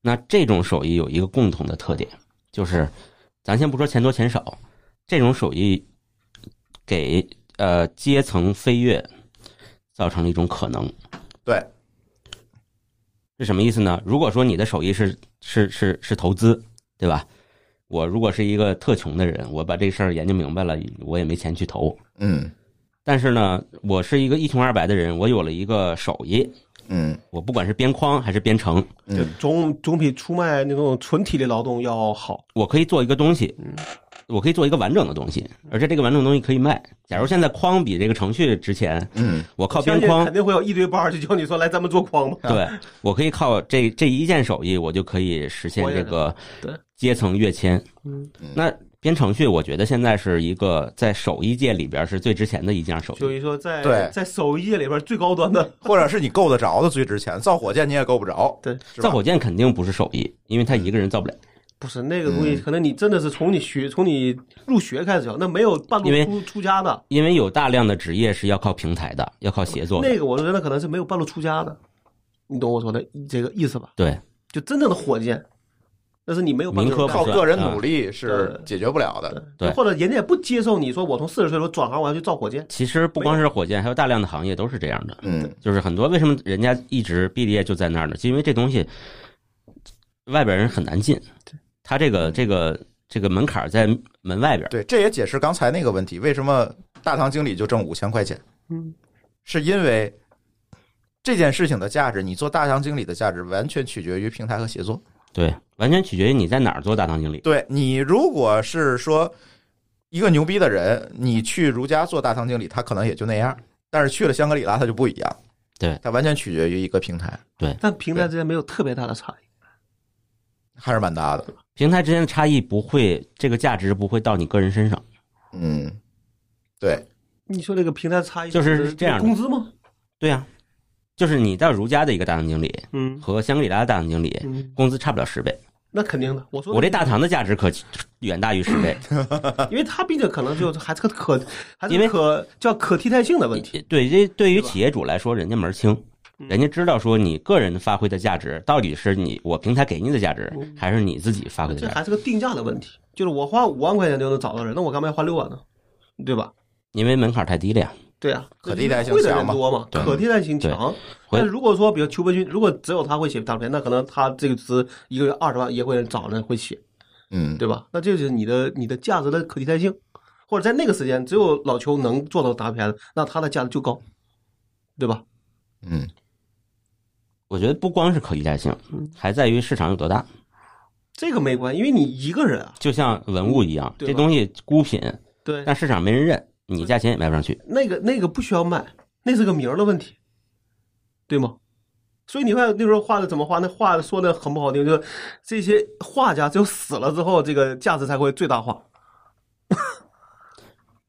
那这种手艺有一个共同的特点，就是咱先不说钱多钱少，这种手艺给呃阶层飞跃造成了一种可能。对，是什么意思呢？如果说你的手艺是是是是投资，对吧？我如果是一个特穷的人，我把这事儿研究明白了，我也没钱去投。嗯但是呢，我是一个一穷二白的人，我有了一个手艺，嗯我不管是编框还是编程，就总总比出卖那种纯体力劳动要好。我可以做一个东西，嗯我可以做一个完整的东西，而且这个完整的东西可以卖。假如现在框比这个程序值钱，嗯，我靠相编信框肯，定会有一堆班儿就教你说来咱们做框吧。 对我可以靠这这一件手艺，我就可以实现我也这个对阶层跃迁嗯。那编程序，我觉得现在是一个在手艺界里边是最值钱的一项手所艺。以说在，对在手艺界里边最高端的，或者是你够得着的最值钱，造火箭你也够不 着，对，是吧造火箭肯定不是手艺，因为他一个人造不了。不是那个东嗯西，可能你真的是从你学从你入学开始教，那没有半路因为出出家的，因为有大量的职业是要靠平台的，要靠协作的。那个我觉得可能是没有半路出家的，你懂我说的这个意思吧？对，就真正的火箭，但是你没有半路民科出靠家个人努力是嗯对解决不了的。对或者人家也不接受你说我从四十岁时候转行我要去造火箭，其实不光是火箭，还有大量的行业都是这样的。嗯，就是很多为什么人家一直毕业就在那儿呢？就因为这东西外边人很难进，他这个这个这个门槛儿在门外边儿。对，这也解释刚才那个问题，为什么大堂经理就挣五千块钱？嗯，是因为这件事情的价值，你做大堂经理的价值完全取决于平台和协作。对，完全取决于你在哪儿做大堂经理。对你如果是说一个牛逼的人，你去如家做大堂经理，他可能也就那样；但是去了香格里拉，他就不一样。对他完全取决于一个平台，但平台之间没有特别大的差异。还是蛮大的。平台之间的差异不会，这个价值不会到你个人身上。嗯，对，你说这个平台差异就是这样的工资吗？对呀、就是你到如家的一个大堂经理嗯和香格里拉的大堂经理，嗯，工资差不了十倍。那肯定的。我说我这大堂的价值可远大于十 倍。因为他毕竟可能就还是个可，还是因为可叫可替代性的问题。对，这对于企业主来说，人家门儿清，嗯人家知道说你个人发挥的价值到底是你我平台给你的价值，嗯还是你自己发挥的这价值。还是个定价的问题，就是我花五万块钱就能找到人，那我干嘛要花六万呢？对吧？因为门槛太低了呀。对啊，嗯可替代性会的人强嘛多嘛，可替代性强。回但如果说，比如邱培军，如果只有他会写大片，那可能他这个资一个月二十万也会找人会写，嗯，对吧？那这就是你的你的价值的可替代性，或者在那个时间只有老邱能做到大片，那他的价值就高，对吧？嗯，嗯我觉得不光是可替代性，还在于市场有多大。这个没关系，因为你一个人啊，就像文物一样，嗯对吧这东西孤品，对，但市场没人认，你价钱也卖不上去。那个那个不需要卖，那是个名儿的问题，对吗？所以你看那时候画的怎么画，那画的说的很不好听，就是这些画家只有死了之后，这个价值才会最大化。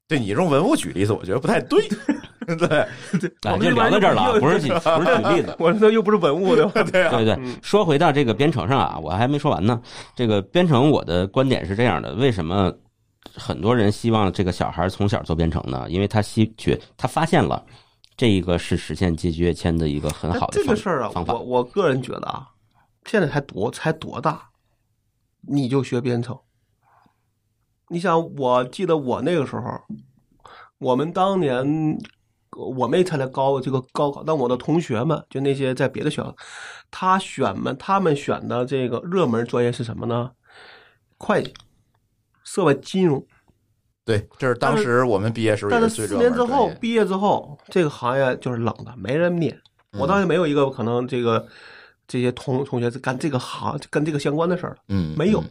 对你用文物举例子，我觉得不太对。 对啊，我们就聊到这儿了啊，又。不是举不是举例子 我这又不是文物，对嗯吧？对啊，对对，说回到这个编程上啊，我还没说完呢。这个编程，我的观点是这样的：为什么很多人希望这个小孩从小做编程呢？因为他吸取，他发现了这一个是实现阶级跃迁的一个很但好的这方个事儿啊，方法我。我个人觉得啊，现在才多才多大，你就学编程。你想，我记得我那个时候，我们当年我没参加高这个高考，但我的同学们，就那些在别的学校，他选们他们选的这个热门专业是什么呢？会计、涉外金融。对，这是当时我们毕业时候但也是最四热门年的之后专业毕业之后，这个行业就是冷的，没人面。我嗯当时没有一个可能这个这些同同学是干这个行跟这个相关的事儿了，嗯没有嗯。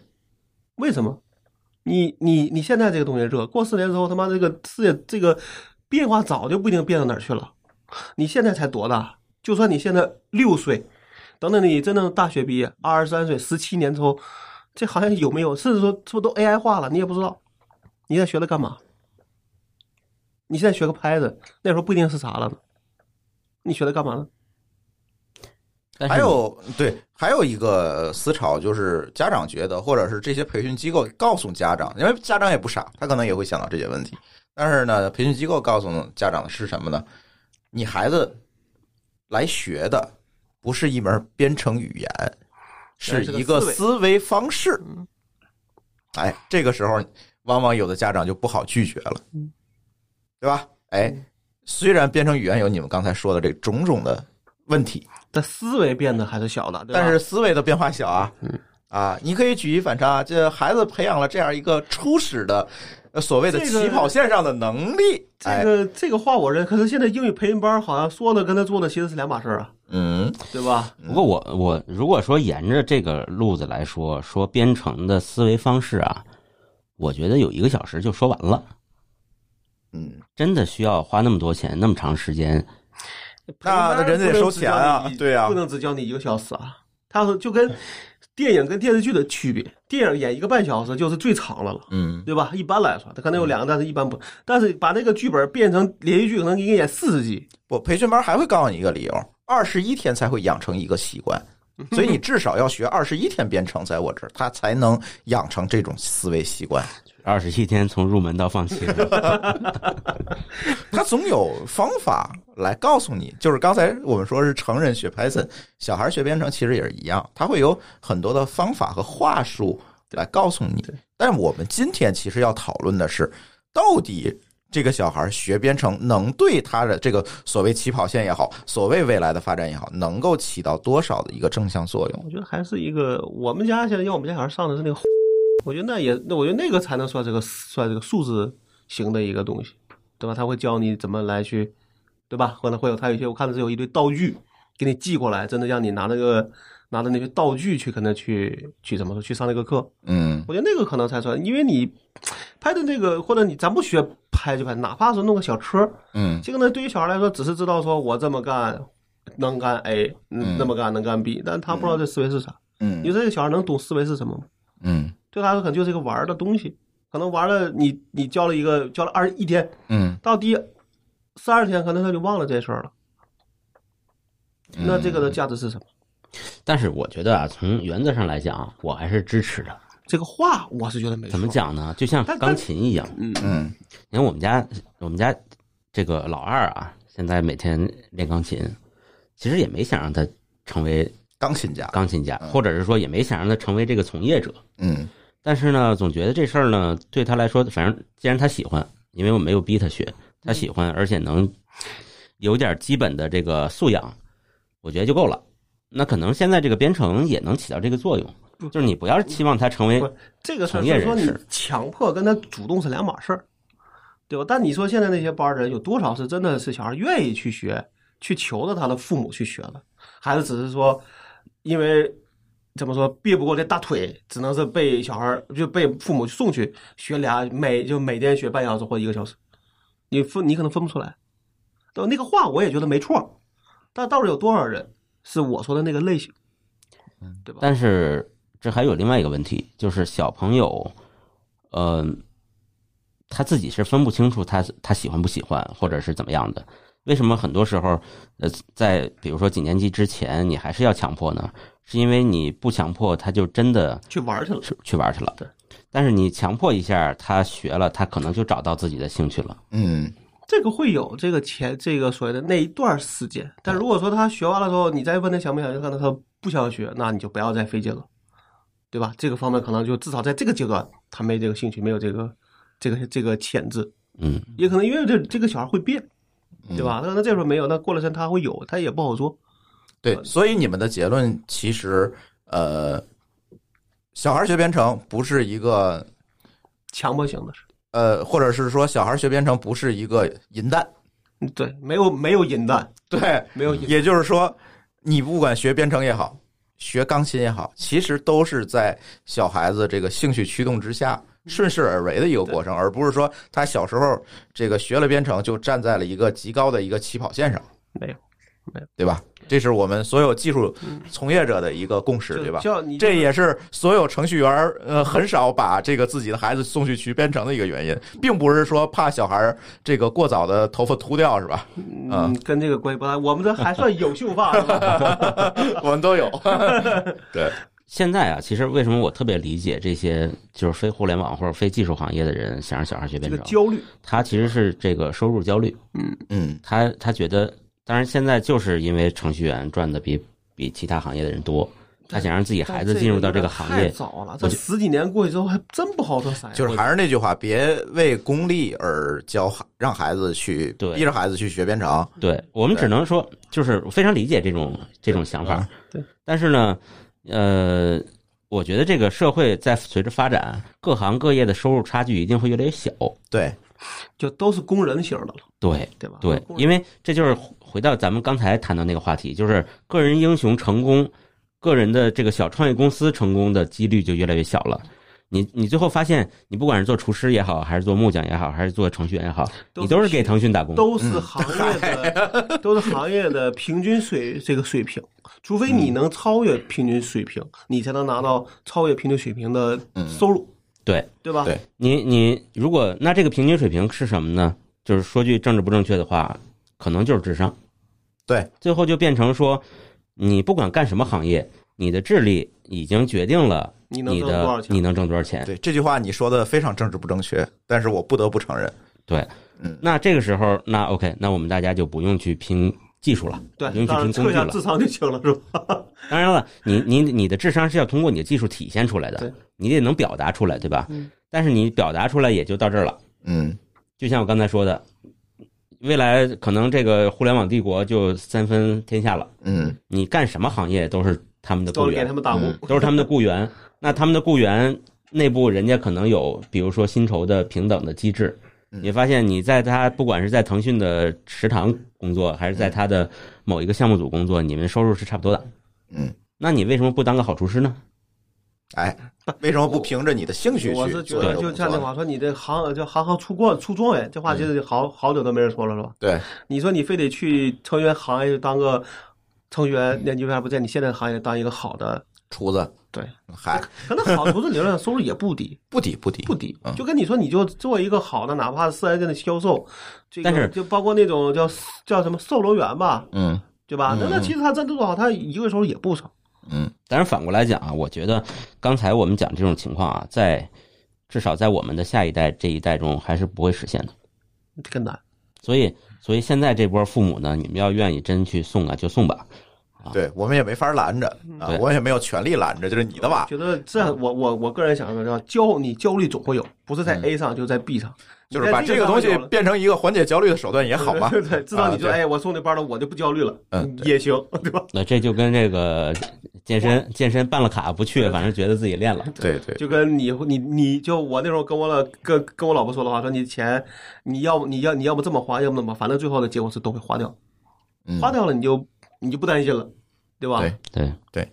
为什么？你你你现在这个东西热，过四年之后，他妈这个世界这个变化早就不一定变到哪儿去了。你现在才多大？就算你现在六岁，等等你真正大学毕业，二十三岁，十七年之后，这行业有没有？甚至说是不是都 AI 化了？你也不知道，你现在学它干嘛？你现在学个拍子，那时候不一定是啥了呢。你学它干嘛呢？但是还有对，还有一个呃思潮就是家长觉得，或者是这些培训机构告诉家长，因为家长也不傻，他可能也会想到这些问题。但是呢，培训机构告诉家长的是什么呢？你孩子来学的不是一门编程语言，是一个思维嗯方式。哎，这个时候往往有的家长就不好拒绝了，对吧？哎，虽然编程语言有你们刚才说的这种种的问题，但思维变得还是小的，对吧嗯但是思维的变化小啊，啊，你可以举一反三，这孩子培养了这样一个初始的呃所谓的这个起跑线上的能力，这哎，个这个话我认，可是现在英语培训班好像说的跟他做的其实是两码事儿啊，嗯，对吧？不过我我如果说沿着这个路子来说，说编程的思维方式啊，我觉得有一个小时就说完了。嗯，真的需要花那么多钱，那么长时间？ 那那人家得收钱啊不能只教你对啊不能只教你一个小时啊。他说就跟电影跟电视剧的区别，电影演一个半小时就是最长的了。嗯，对吧？一般来说，他可能有两个，但是一般不。但是把那个剧本变成连续剧，可能给你演四十集，我培训班还会告诉你一个理由，二十一天才会养成一个习 惯，所以你至少要学二十一天编程，在我这儿，他才能养成这种思维习惯，二十七天从入门到放弃，他总有方法来告诉你，就是刚才我们说是成人学 Python，小孩学编程其实也是一样，他会有很多的方法和话术来告诉你。但我们今天其实要讨论的是，到底这个小孩学编程能对他的这个所谓起跑线也好，所谓未来的发展也好，能够起到多少的一个正向作用？我觉得还是一个，我们家现在要我们家小孩上的是那个，我觉得那也，那我觉得那个才能算这个算这个数字型的一个东西，对吧？他会教你怎么来去，对吧？可能会有他有一些，我看的是有一堆道具给你寄过来，真的让你拿那个拿着那些道具去跟他去去怎么说去上那个课，嗯我觉得那个可能才算，因为你拍的那个或者你咱不学拍就拍，哪怕是弄个小车，嗯这个呢，对于小孩来说，只是知道说我这么干能干 A，嗯嗯，那么干能干 B，但他不知道这思维是啥。嗯你说这个小孩能懂思维是什么吗？嗯对他来说，可能就是一个玩儿的东西。可能玩了你，你教了一个教了二一天，嗯，到第三十天，可能他就忘了这事儿了。那这个的价值是什么？但是我觉得啊，从原则上来讲，啊我还是支持的。这个话我是觉得没错怎么，讲呢？就像但但钢琴一样，嗯，嗯你看我们家我们家这个老二啊，现在每天练钢琴，其实也没想让他成为钢琴家，钢琴家，嗯或者是说也没想让他成为这个从业者。嗯但是呢，总觉得这事儿呢对他来说，反正既然他喜欢，因为我没有逼他学，他喜欢，而且能有点基本的这个素养，我觉得就够了。那可能现在这个编程也能起到这个作用，就是你不要期望他成为不这个事儿从业就是人说你士强迫跟他主动是两码事儿，对吧？但你说现在那些班儿的人有多少是真的是小孩愿意去学，去求着他的父母去学的，还是只是说因为怎么说憋不过这大腿，只能是被小孩儿就被父母送去学俩每就每天学半小时或一个小时，你分你可能分不出来。但那个话我也觉得没错，但到底有多少人是我说的那个类型，对吧？嗯但是这还有另外一个问题，就是小朋友，嗯、他自己是分不清楚他他喜欢不喜欢，或者是怎么样的。为什么很多时候，呃，在比如说几年级之前，你还是要强迫呢？是因为你不强迫，他就真的去玩儿去了，去去玩去了对。但是你强迫一下，他学了，他可能就找到自己的兴趣了。嗯，这个会有这个前这个所谓的那一段时间，但如果说他学完了之后，你再问他想不想学，可能他不想学，那你就不要再费劲了，对吧？这个方面可能就至少在这个阶段，他没这个兴趣，没有这个这个这个潜质，嗯，也可能因为这这个小孩会变，嗯对吧？那那这时候没有，那过了三他会有，他也不好说。嗯对，所以你们的结论其实，呃，小孩学编程不是一个，强迫型的是，呃，或者是说小孩学编程不是一个银弹，嗯对，没有没有引嗯弹，对，没有引，也就是说，你不管学编程也好，学钢琴也好，其实都是在小孩子这个兴趣驱动之下顺势而为的一个过程，而不是说他小时候这个学了编程就站在了一个极高的一个起跑线上，没有，嗯对吧？这是我们所有技术从业者的一个共识，就对吧？叫你这也是所有程序员儿呃很少把这个自己的孩子送去学编程的一个原因，并不是说怕小孩儿这个过早的头发秃掉是吧？ 啊嗯跟这个关系不大，我们这还算有秀发是 吧，我们都有， 对，现在啊，其实为什么我特别理解这些就是非互联网或者非技术行业的人想让小孩学这编个程，焦虑，他其实是这个收入焦虑。嗯。他他觉得，当然现在就是因为程序员赚的比比其他行业的人多，他想让自己孩子进入到这个行太业。早了，这十几年过去之后还真不好说啥呀。就是还是那句话，别为功利而教孩让孩子去对逼着孩子去学编程。对我们对只能说，就是我非常理解这种这种想法。对，但是呢，呃，我觉得这个社会在随着发展，各行各业的收入差距一定会越来越小。对，就都是工人型的了，对，对吧？对，因为为这就是回到咱们刚才谈到那个话题，就是个人英雄成功，个人的这个小创业公司成功的几率就越来越小了。你你最后发现，你不管是做厨师也好，还是做木匠也好，还是做程序员也好，都你都是是给腾讯打工。都是行业的，都是行业的平均水这个水平，除非嗯你能超越平均水平，你才能拿到超越平均水平的收入，嗯对对吧？对你你如果那这个平均水平是什么呢？就是说句政治不正确的话，可能就是智商。对，最后就变成说，你不管干什么行业，你的智力已经决定了你能你挣多少的钱你？能挣多少钱。对，这句话你说的非常政治不正确，但是我不得不承认，对，嗯那这个时候，那 OK，那我们大家就不用去拼技术了，不对，用去当拼然工测具一下了。智商就行了，是 吧？当然了，你你你的智商是要通过你的技术体现出来对的，你得能表达出来，对吧？嗯但是你表达出来也就到这儿了。嗯，就像我刚才说的，未来可能这个互联网帝国就三分天下了，嗯，你干什么行业都是他们的都雇是给他员，们打工，嗯都是他们的雇员。那他们的雇员内部人家可能有，比如说薪酬的平等的机制。嗯你发现你在他不管是在腾讯的食堂工作，还是在他的某一个项目组工作，你们收入是差不多的。嗯，那你为什么不当个好厨师呢？哎，为什么不凭着你的兴趣我去是觉做这得，个就工像那作呢？话说，你这行叫行行出状出状元，这话嗯其实好好久都没人说了，是吧？对，你说你非得去成员行业当个成员，那你为啥不在你现在的行业当一个好的？厨子，对，嗨，可能好厨子理论上收入也不低，不抵不抵不低嗯。就跟你说，你就做一个好的，哪怕四 S 店的销售，这个但是就包括那种叫叫什么售楼员吧，嗯对吧？那那其实他真做得好，他一个月收入也不少。嗯但是反过来讲啊，我觉得刚才我们讲这种情况啊，在至少在我们的下一代这一代中还是不会实现的。更难，所以，所以现在这波父母呢，你们要愿意真去送啊，就送吧。对我们也没法拦着啊嗯对，我也没有权利拦着，就是你的吧？觉得这样我我我个人想说，叫焦你焦虑总会有，不是在 A 上就在 B 上，嗯就是把你在这个东上西有了变成一个缓解焦虑的手段也好嘛。 对对，知道啊你说，对哎，我送这班了，我就不焦虑了，嗯对也行，对吧？那这就跟这个健身健身办了卡不去，反正觉得自己练了。对对，就跟你你你就我那时候跟我老跟跟我老婆说的话，说你钱你要不你要你要不这么花，要不那么花，反正最后的结果是都会花掉，嗯 花掉了你就你就不担心了，对吧？对对，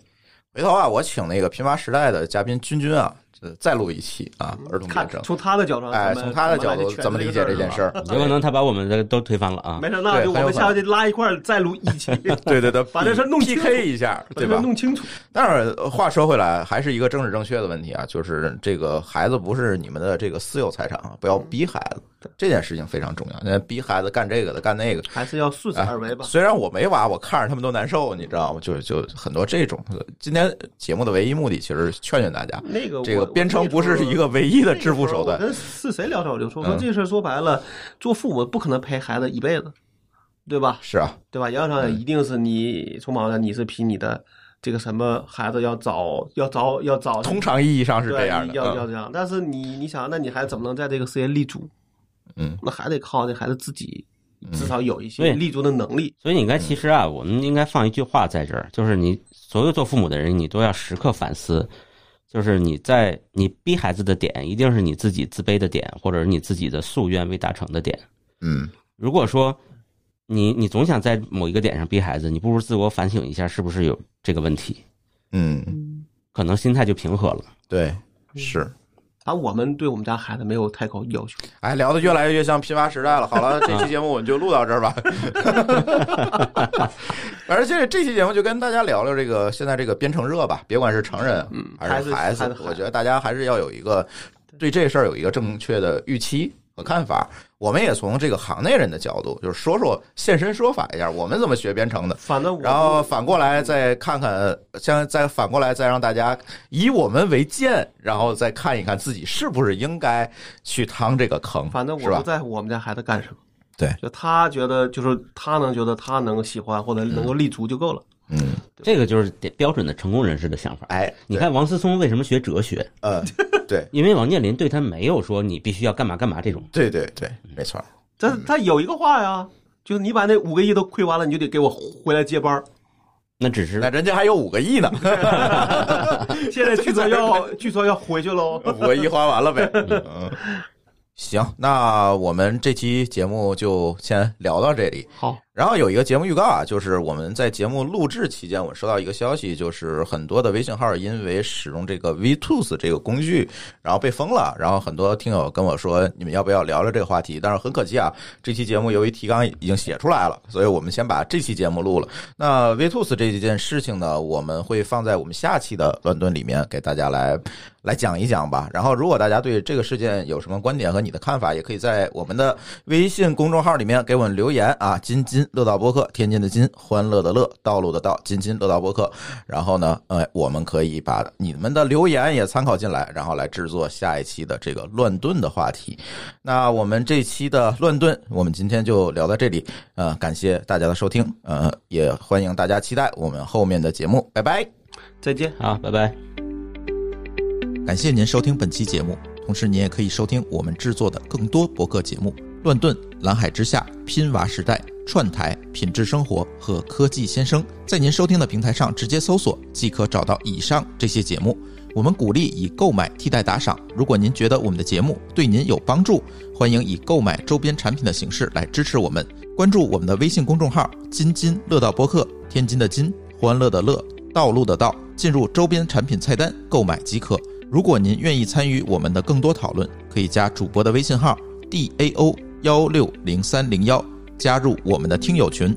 回头啊，我请那个贫乏时代的嘉宾君君啊，呃再录一期啊，儿童嗯看辩证。从他的角度，哎，咱们从他的角度咱们来去怎么理解这个件事儿？有可能他把我们的都推翻了啊。没事，那对就我很有们可下能回拉一块儿再录一 期，对对对，把这事儿弄清楚 PK 一下，把对这事吧儿？弄清楚。但是呃话说回来，还是一个政治正确的问题啊，就是这个孩子不是你们的这个私有财产啊，不要嗯逼孩子，这件事情非常重要。那逼孩子干这个的，干那个。还是要顺势哎而为吧。虽然我没娃，我看着他们都难受，你知道吗？就就很多这种。呃今天节目的唯一目的，其实是劝劝大家，那个这个我编程不是一个唯一的致富手段那。个时候我跟是谁聊天我就说，我说嗯这事儿说白了，做父母不可能陪孩子一辈子，对吧？是啊，对吧？杨厂一定是你从网上你是比你的这个什么孩子要早要早要早，通常意义上是对这样的。要要嗯这样。但是你你想，那你孩子怎么能在这个事业立足？嗯，那还得靠这孩子自己嗯至少有一些对立足的能力。所以你应该其实啊，我们应该放一句话在这儿，就是你所有做父母的人，你都要时刻反思，就是你在你逼孩子的点，一定是你自己自卑的点，或者是你自己的夙愿未达成的点。嗯，如果说你你总想在某一个点上逼孩子，你不如自我反省一下，是不是有这个问题，嗯，可能心态就平和了。对，是。反正我们对我们家孩子没有太高要求。哎，聊的越来越像批发时代了。好 了，这期节目我们就录到这儿吧。 而且这期节目就跟大家聊聊这个现在这个编程热吧，别管是成人还是嗯孩还是孩子子，我觉得大家还是要有一个对这事儿有一个正确的预期和看法。我们也从这个行内人的角度，就是说说现身说法一下，我们怎么学编程的。反正我然后反过来再看看，像再反过来再让大家以我们为鉴，然后再看一看自己是不是应该去趟这个坑，反正是我不吧？在乎我们家孩子干什么。对就他觉得，就是他能觉得他能喜欢或者能够立足就够了。嗯，这个就是点标准的成功人士的想法。哎，你看王思聪为什么学哲学？对，呃，对，因为王健林对他没有说你必须要干嘛干嘛这种。对对对，没错，但嗯是他有一个话呀，就是你把那五个亿都亏完了，你就得给我回来接班儿。那只是那人家还有五个亿呢，现在据说要据说要回去喽。五个亿花完了呗。 嗯，行，那我们这期节目就先聊到这里。好，然后有一个节目预告啊，就是我们在节目录制期间，我收到一个消息，就是很多的微信号因为使用这个 VTools 这个工具，然后被封了。然后很多听友跟我说，你们要不要聊聊这个话题？但是很可惜啊，这期节目由于提纲已经写出来了，所以我们先把这期节目录了。那 VTools 这一件事情呢，我们会放在我们下期的乱炖里面给大家来来讲一讲吧。然后，如果大家对这个事件有什么观点和你的看法，也可以在我们的微信公众号里面给我们留言啊。津津乐道播客，天津的津，欢乐的乐，道路的道，津津乐道播客。然后呢，呃，我们可以把你们的留言也参考进来，然后来制作下一期的这个乱炖的话题。那我们这期的乱炖，我们今天就聊到这里。呃，感谢大家的收听，呃，也欢迎大家期待我们后面的节目，拜拜。再见。好，啊拜拜。感谢您收听本期节目，同时您也可以收听我们制作的更多博客节目《乱炖》《蓝海之下》《拼娃时代》《串台》《品质生活》和《科技先生》。在您收听的平台上直接搜索即可找到以上这些节目。我们鼓励以购买替代打赏。如果您觉得我们的节目对您有帮助，欢迎以购买周边产品的形式来支持我们。关注我们的微信公众号“津津乐道播客”，天津的津，欢乐的乐，道路的道，进入周边产品菜单购买即可。如果您愿意参与我们的更多讨论，可以加主播的微信号 d a o 幺六零三零幺，加入我们的听友群，